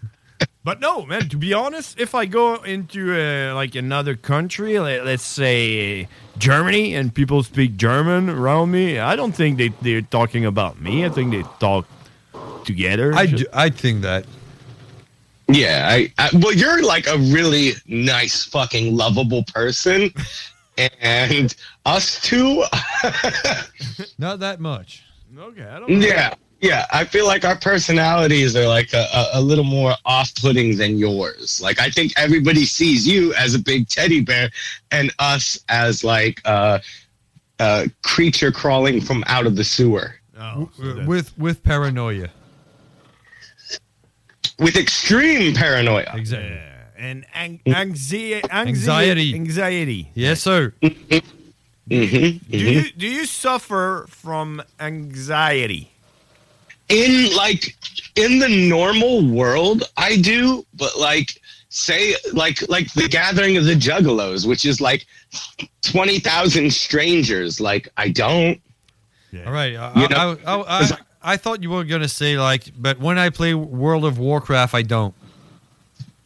But no, man. To be honest, if I go into uh, like another country, let, let's say uh, Germany, and people speak German around me, I don't think they they're talking about me. I think they talk together. I
I think that.
Yeah, I, I well, you're like a really nice, fucking lovable person, and us two,
Not that much.
Okay, I don't.
yeah, yeah. I feel like our personalities are like a, a, a little more off-putting than yours. Like I think everybody sees you as a big teddy bear, and us as like a, a creature crawling from out of the sewer
W- with with paranoia.
with extreme paranoia.
Exactly.
And ang- anxie- anxie-
Anxiety.
Anxiety.
Yes, sir.
Mm-hmm.
Do you do you suffer from anxiety?
in like in the normal world i do but like say like like the gathering of the juggalos which is like 20,000 strangers like i don't
All right. I,
You
I-
know?
I, I, I, I thought you were gonna say like, but when I play World of Warcraft, I don't.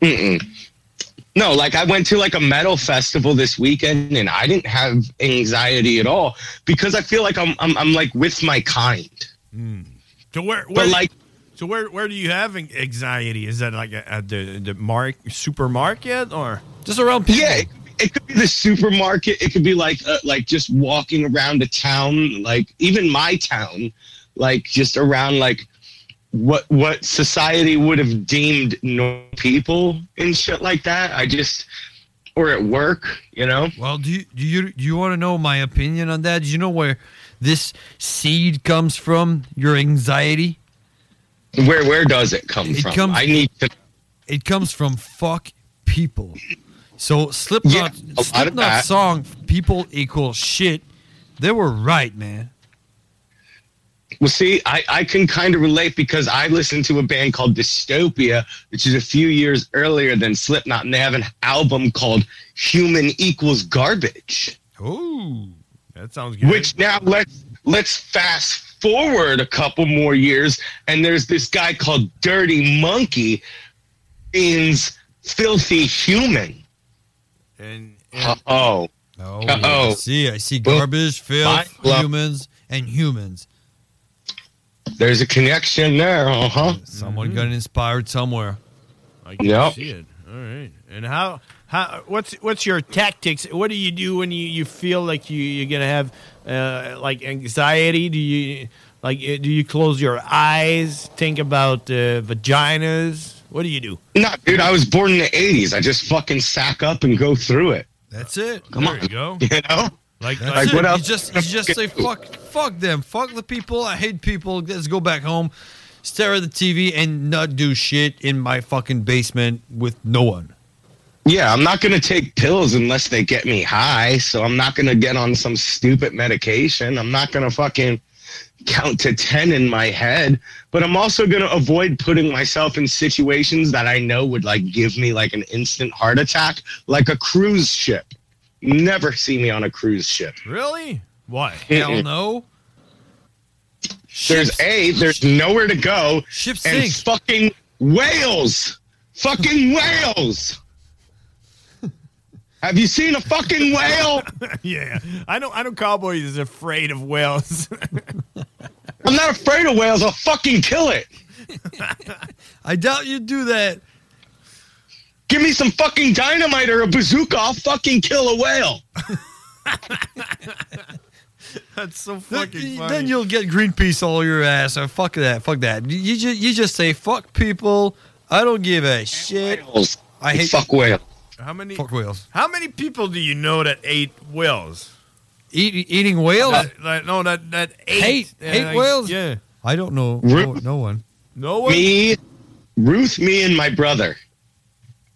Mm-mm. no like i went to like a metal festival this weekend and i didn't have anxiety at all because i feel like i'm i'm, I'm like with my kind
Hmm. So where, where so where where do you have an- anxiety? Is that like a- at the the mark supermarket or
just around
people?
Yeah, it, it could be the supermarket. It could be like uh, like just walking around a town, like even my town, like just around like what what society would have deemed normal people and shit like that. I just or at work, you know.
Well, do you do you do you want to know my opinion on that? Do you know where this seed comes from? Your anxiety.
Where where does it come from? I need to.
It comes from fuck people. So Slipknot,
a lot of
Slipknot
that.
song "People Equal Shit." They were right, man.
Well, see, I, I can kind of relate because I listened to a band called Dystopia, which is a few years earlier than Slipknot, and they have an album called Human Equals Garbage.
Ooh, that sounds good.
Which now let's let's fast forward a couple more years, and there's this guy called Dirty Monkey, means filthy human.
And,
oh,
oh,
oh,
see, I see garbage, filth, humans, and humans.
There's a connection there, uh huh.
Someone got inspired somewhere.
I can
Yep.
see it. All right. And how how what's what's your tactics? What do you do when you, you feel like you you're gonna have uh, like anxiety? Do you like uh, do you close your eyes? Think about uh, vaginas? What do you do?
No, dude, I was born in the '80s. I just fucking sack up and go through it.
That's it.
Come
there
on.
you go.
<laughs> You know?
Like,
That's
Like,
it.
what
you
else-
just you just say fuck fuck them, fuck the people. I hate people. Let's go back home, stare at the TV, and not do shit in my fucking basement with no one.
Yeah, I'm not gonna take pills unless they get me high. So I'm not gonna get on some stupid medication. I'm not gonna fucking count to ten in my head. But I'm also gonna avoid putting myself in situations that I know would like give me like an instant heart attack, like a cruise ship. Never see me on a cruise ship.
Really? Why?
Mm-mm.
Hell no.
There's a. There's nowhere to go.
Ship
and
sinks.
Fucking whales. Fucking whales. Have you seen a fucking whale?
yeah, I know. I know. Cowboy is afraid of whales.
I'm not afraid of whales. I'll fucking kill it.
I doubt you do that.
Give me some fucking dynamite or a bazooka. I'll fucking kill a whale.
That's so
Then,
fucking funny.
then you'll get Greenpeace all your ass. Or fuck that. Fuck that. You just you just say fuck people. I don't give a shit. I hate
fuck whales.
how many?
Fuck whales.
How many people do you know that ate whales?
Eat, eating whales?
That, that- no, that that ate
Hate-
uh,
hate whales?
Yeah.
I don't know. No, no one.
No one.
Me, Ruth, me, and my brother.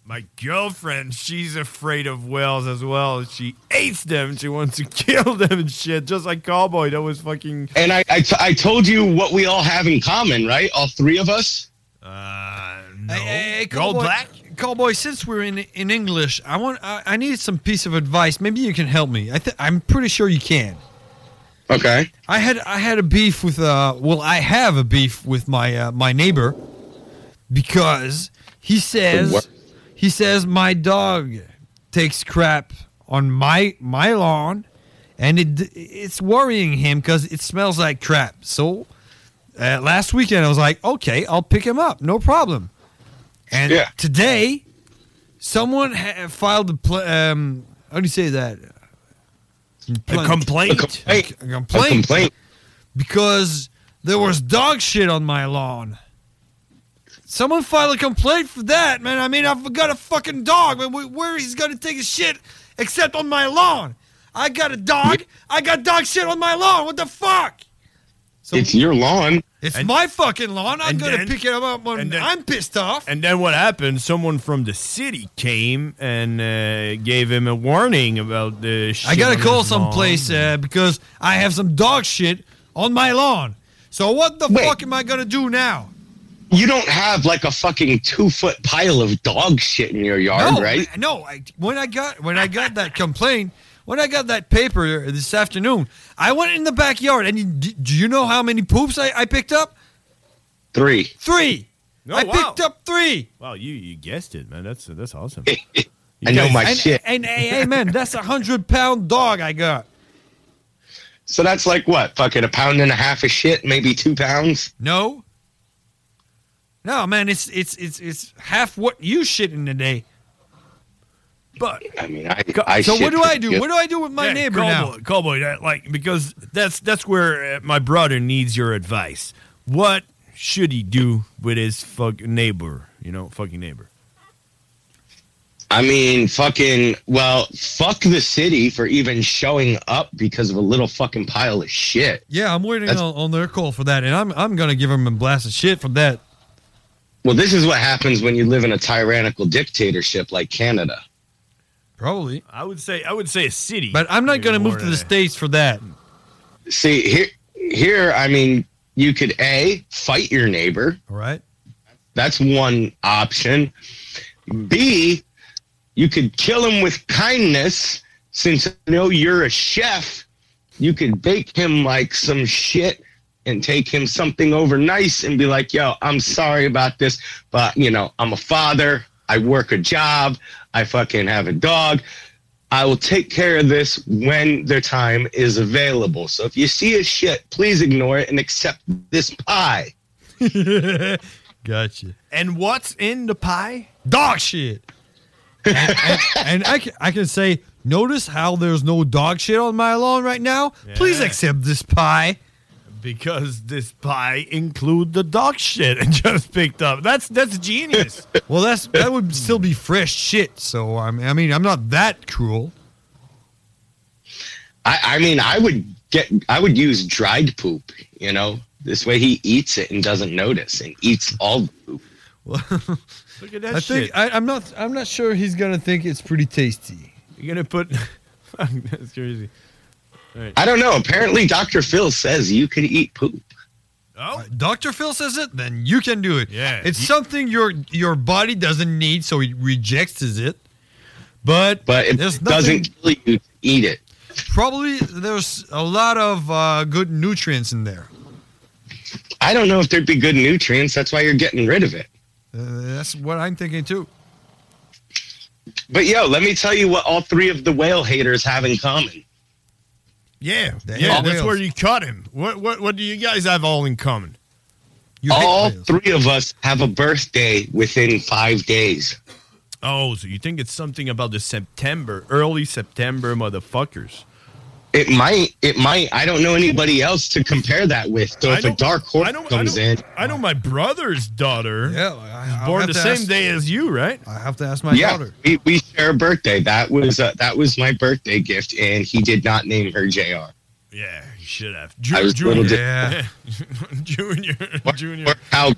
My girlfriend, she's afraid of whales as well. She hates them. She wants to kill them and shit, just like Cowboy. That was fucking.
And I, I, t- I told you what we all have in common, right? All three of us.
Hey, hey, hey,
You're all
Cowboy-
black?
Cowboy, since we're in in English, I want I, I need some piece of advice. Maybe you can help me. I th- I'm pretty sure you can.
Okay.
I had I had a beef with uh well I have a beef with my uh, my neighbor because he says
what?
he says my dog takes crap on my my lawn and it it's worrying him cuz it smells like crap. So uh, last weekend I was like, "Okay, I'll pick him up. No problem." And today someone ha- filed a pl- um how do you say that? Plaint.
complaint? A complaint.
A complaint.
A complaint.
Because there was dog shit on my lawn. Someone filed a complaint for that, man. I mean, I've got a fucking dog, man. Where- Where he's gonna take a shit except on my lawn? I got a dog. I got dog shit on my lawn. What the fuck?
it's your lawn.
It's my fucking lawn. I'm
and
gonna
then-
pick it up when I'm pissed off.
And then what happened? Someone from the city came and uh, gave him a warning about the. Shit
I gotta
on
call
his lawn.
someplace uh, because I have some dog shit on my lawn. So what the fuck am I gonna do now?
You don't have like a fucking two foot pile of dog shit in your yard,
no,
right?
I- No, I, when I got when I got that complaint, when I got that paper this afternoon, I went in the backyard and you, do you know how many poops I, I picked up?
Three.
Three.
Oh,
I
wow.
picked up three.
Wow, you you guessed it, man. That's that's awesome.
<laughs> I know my
and,
shit.
And, hey, hey, man, that's a hundred pound dog I got.
So that's like what? Fucking a pound and a half of shit, maybe two pounds?
No. No, man, it's it's it's it's half what you shit in a day. But
I mean, I. I
so what
shit
do I
pretty
do?
good.
What do I do with my
Yeah,
neighbor
cowboy,
now?
Cowboy, that, like because that's that's where uh, my brother needs your advice. What should he do with his fuck neighbor? You know, fucking neighbor.
I mean, fucking, well, fuck the city for even showing up because of a little fucking pile of shit.
Yeah, I'm waiting on,
That's-
on their call for that, and I'm I'm gonna give him a blast of shit for that.
Well, this is what happens when you live in a tyrannical dictatorship like Canada.
Probably.
I would say I would say a city.
But I'm not going to move to the states for that.
See, here, here, I mean, you could A, fight your neighbor.
All right.
That's one option. B, you could kill him with kindness. Since I know you're a chef, you could bake him like some shit and take him something over nice and be like, yo, I'm sorry about this, but you know, I'm a father. I work a job. I fucking have a dog. I will take care of this when their time is available. So if you see a shit, please ignore it and accept this pie.
Gotcha.
And what's in the pie?
Dog shit. and and- and I, can, I can say, notice how there's no dog shit on my lawn right now? Please
Yeah.
accept this pie.
Because this pie include the dog shit and just picked up. That's that's genius.
<laughs> Well, that's that would still be fresh shit. So I mean, I mean, I'm not that cruel.
I, I mean, I would get, I would use dried poop. You know, this way he eats it and doesn't notice, and eats all the poop.
<laughs> Look at that
I
shit.
think I, I'm not. I'm not sure he's gonna think it's pretty tasty.
You're gonna put. Fuck, that's crazy. All right.
I don't know. Apparently, Doctor Phil says you can eat poop.
Uh, Dr. Phil says it, then you can do it.
Yeah.
It's something your your body doesn't need, so it rejects it. But
but it
there's
doesn't kill you to eat it.
Probably there's a lot of uh, good nutrients in there.
I don't know if there'd be good nutrients. That's why you're getting rid of it.
Uh, that's what I'm thinking too.
But yo, let me tell you what all three of the whale haters have in common.
Yeah,
They
yeah,
hate
that's
whales.
where you cut him. What what what do you guys have all in common?
all three of us have a birthday within five days.
Oh, so you think it's something about the September, early September motherfuckers?
It might, it might. I don't know anybody else to compare that with. So
I
if a
know-
dark horse
I know- I
comes
know-
in,
I know my brother's daughter.
Yeah,
was born
have
the
to
same
ask-
day as you, right?
I have to ask my
yeah,
daughter.
we, we share a birthday. That was uh, that was my birthday gift, and he did not name her Jr.
Yeah, you should have.
I was a little
<laughs> junior,
<laughs> di-
junior, junior.
How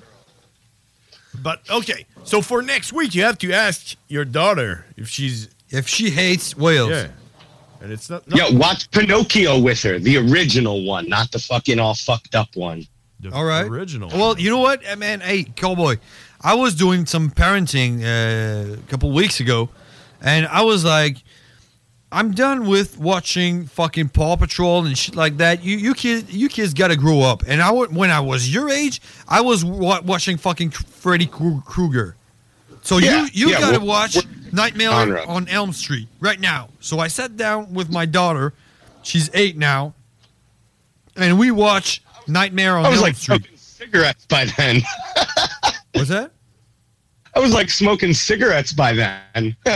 But okay, so for next week, you have to ask your daughter if she's if she hates whales. Yeah, and it's not.
Yeah, watch Pinocchio with her, the original one, not the fucking all fucked up one.
All right. Original. Well, you know what, eh, man? Hey, cowboy, I was doing some parenting uh, a couple weeks ago, and I was like, I'm done with watching fucking Paw Patrol and shit like that. You you kids you kids got to grow up. And I wa- when I was your age, I was wa- watching fucking Freddy Kru- Krueger. So
Yeah,
you you
yeah,
got to
we're-
watch
we're-
Nightmare
Genre.
on Elm Street right now. So I sat down with my daughter. She's eight now, and we watch Nightmare on
I was
Elm
like
Street.
smoking cigarettes by then. <laughs>
What's that?
I was like smoking cigarettes by then. <laughs>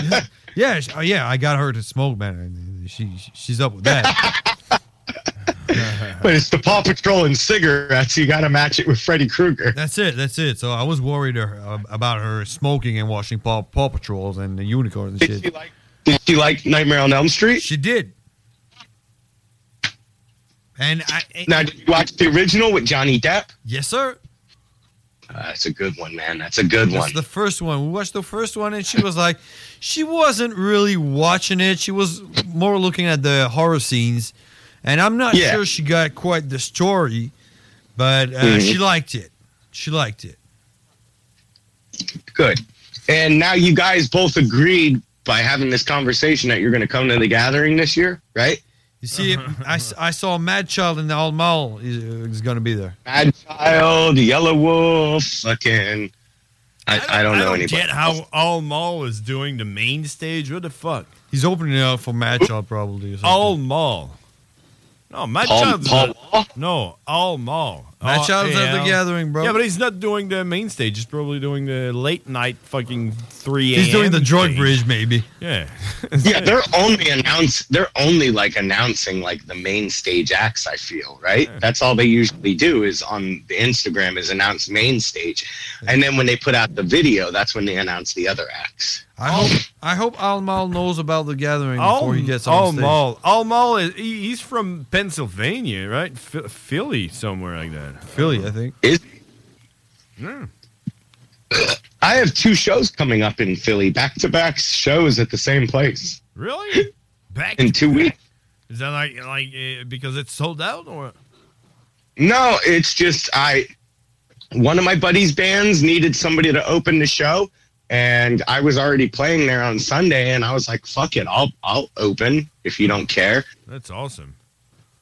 Yeah, sh- oh, yeah, I got her to smoke, man. She she- she's up with that.
but it's the Paw Patrol and cigarettes. You got to match it with Freddy Krueger.
that's it. That's it. So I was worried her, about her smoking and watching Paw, Paw Patrols and the unicorns and shit.
Did you like Nightmare on Elm Street?
She did. And I,
now, did you watch the original with Johnny Depp?
Yes, sir.
Uh, that's a good one, man. That's a good
That's
one.
the first one. We watched the first one, and she was like, she wasn't really watching it. She was more looking at the horror scenes, and I'm not
Yeah.
sure she got quite the story, but uh,
Mhm.
she liked it. She liked it.
Good. And now you guys both agreed by having this conversation that you're going to come to the gathering this year, right?
You see, I, s- I saw Mad Child in the Old Mall is, is going to be there.
Mad Child, Yellow Wolf, fucking. I, I don't
I
know
don't
anybody.
get how All Mall is doing the main stage. What the fuck?
He's opening it up for Mad Child probably. Or something.
All Mall. No, Matt
Paul-
Child's
Paul
not- No, All Mall.
Matt Child's at the
R.A.L..
gathering, bro.
Yeah, but he's not doing the main stage. He's probably doing the late night fucking 3 a.m.
He's doing the drug
stage.
bridge, maybe.
Yeah.
<laughs> yeah, they're only announce they're only like announcing like the main stage acts, I feel, right? That's all they usually do is on the Instagram is announce main stage. And then when they put out the video, that's when they announce the other acts.
I hope I hope Al Mal knows about the gathering before he gets on
All
stage.
Mall. All Mall is he, he's from Pennsylvania, right? Ph- Philly, somewhere like that.
Philly, I think.
Is
Yeah.
I have two shows coming up in Philly, back to back shows at the same place
Really? Back
in two weeks.
Is that like like uh, because it's sold out or?
No, it's just I one of my buddies' bands needed somebody to open the show and I was already playing there on Sunday and I was like, fuck it, I'll I'll open if you don't care.
That's awesome.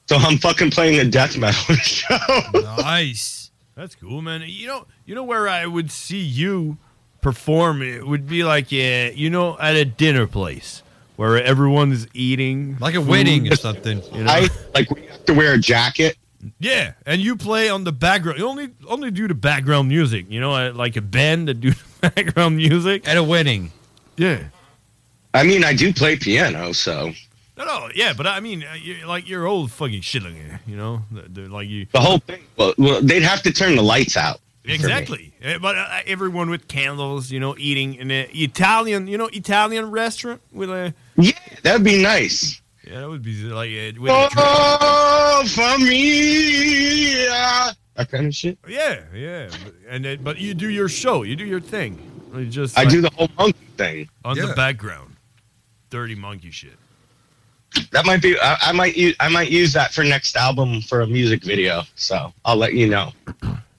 So I'm fucking playing a death metal show.
nice.
That's cool, man. You know, you know where I would see you perform. It would be like, yeah, you know, at a dinner place where everyone is eating,
like
a wedding or
something.
You know?
I like we have to wear a jacket.
yeah, and you play on the background. You only only do the background music. You know, uh, like a band that do the background music
at a wedding.
Yeah.
I mean, I do play piano, so
No, no, yeah, but I mean, uh, you're, like you're old fucking shit looking. You know, The- the- like you
the whole thing. Well, well they'd have to turn the lights out. for me.
Exactly. Eh, But uh, everyone with candles, you know, eating in an Italian, you know, Italian restaurant with a.
Yeah, that'd be nice.
Yeah, that would be like uh, with a drink.
Oh, familia. That kind of shit.
Yeah, yeah, but- and it, but you do your show, you do your thing. You just
I
like,
do the whole monkey thing.
on
Yeah.
the background, dirty monkey shit.
That might be. I, I might use. I might use that for next album for a music video. So I'll let you know.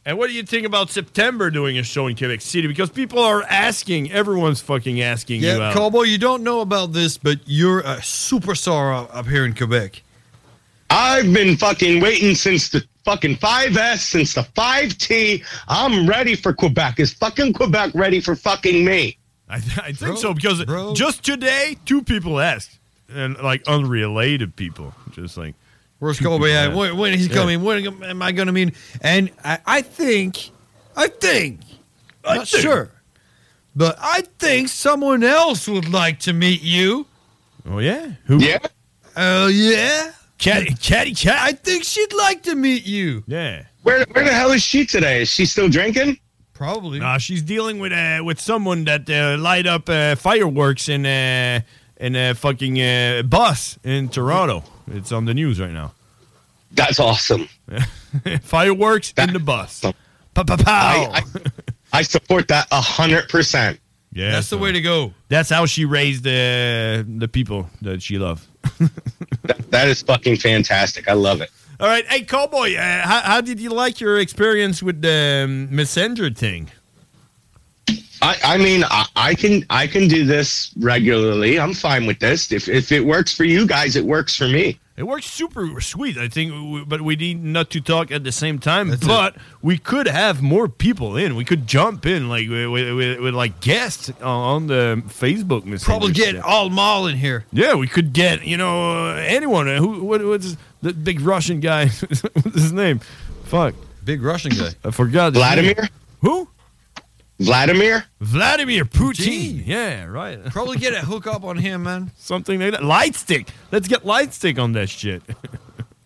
And what do you think about September doing a show in Quebec City? Because people are asking, everyone's fucking asking you
Yeah,
out.
Cowboy, you don't know about this, but you're a superstar up- up here in Quebec.
I've been fucking waiting since the fucking 5S, since the 5T. I'm ready for Quebec. Is fucking Quebec ready for fucking me?
I, I think so because just today, two people asked, and like unrelated people, just like
Where's
two
Kobe
people
at?
asked.
When, when he's
Yeah.
coming? When am- am I going to meet? And I, I think, I think, I'm not sure, but I think someone else would like to meet you.
Oh yeah, who?
Yeah.
Oh yeah.
Caddy, caddy, cat.
I think she'd like to meet you.
Yeah.
Where Where the hell is she today? Is she still drinking?
Probably.
Nah, she's dealing with uh, with someone that uh, light up uh, fireworks in uh, in a fucking uh, bus in Toronto. It's on the news right now. <laughs>
That's awesome.
fireworks in the bus. Pa pa pow.
I, I support that a hundred percent.
Yeah,
That's the
way
to go.
That's how she raised the the people that she loved.
That is fucking fantastic. I love it.
All right, hey Cowboy, uh, how, how did you like your experience with the um, messenger thing?
I, I mean, I, I can I can do this regularly. I'm fine with this. If if it works for you guys, it works for me.
It works super sweet, I think, w- but we need not to talk at the same time. but we could have more people in. We could jump in like with, with, with, with, like guests on on the Facebook messenger.
Probably get all mall in here.
Yeah, we could get you know uh, anyone. Uh, Who what, what's the big Russian guy? <laughs> what's his name? Fuck,
big Russian guy.
I forgot. his
Vladimir?
name. Who?
Vladimir?
Vladimir Putin. Yeah, right. <laughs>
Probably get a hook up on him, man.
Something like that. Lightstick. Let's get Lightstick on that shit.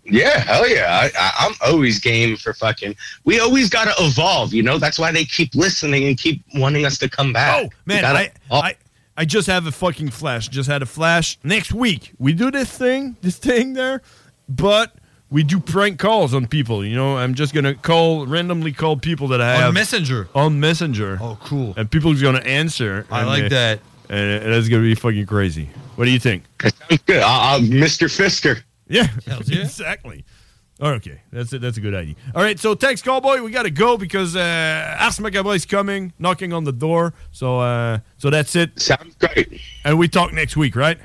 Yeah, hell yeah. I, I, I'm always game for fucking. We always got to evolve, you know? That's why they keep listening and keep wanting us to come back. Oh,
Man, I, I I just have a fucking flash. Just had a flash. Next week we do this thing, this thing there, but we do prank calls on people. You know, I'm just gonna call randomly call people that I
On
have
Messenger.
on Messenger.
Oh, cool.
And people's gonna answer.
I
and,
like
uh,
that.
And, and that's gonna be fucking crazy. What do you think?
good. I, I, Mr. Fisker.
Yeah. <laughs> exactly. Oh, okay, that's it. That's a good idea. All right, so thanks, Cowboy. We gotta go because uh, Ars Macabre is coming, knocking on the door. So, uh, so that's it.
Sounds great.
And we talk next week, right?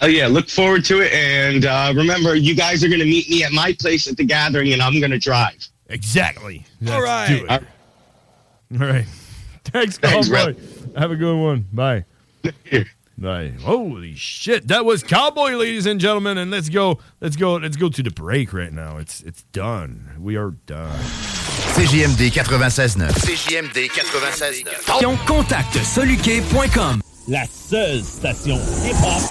Oh, yeah. Look forward to it. And uh, remember, you guys are going to meet me at my place at the gathering, and I'm going to drive.
Exactly.
All
Let's
right.
do it. All right. <laughs> Thanks,
Thanks,
Cowboy. Have a good one. Bye. Bye. Holy shit. That was Cowboy, ladies and gentlemen. And let's go. Let's go. Let's go to the break right now. It's it's done. We are done.
CJMD 96.9.
CJMD 96.9.
Contact soluquet.com.
La seule station hip-hop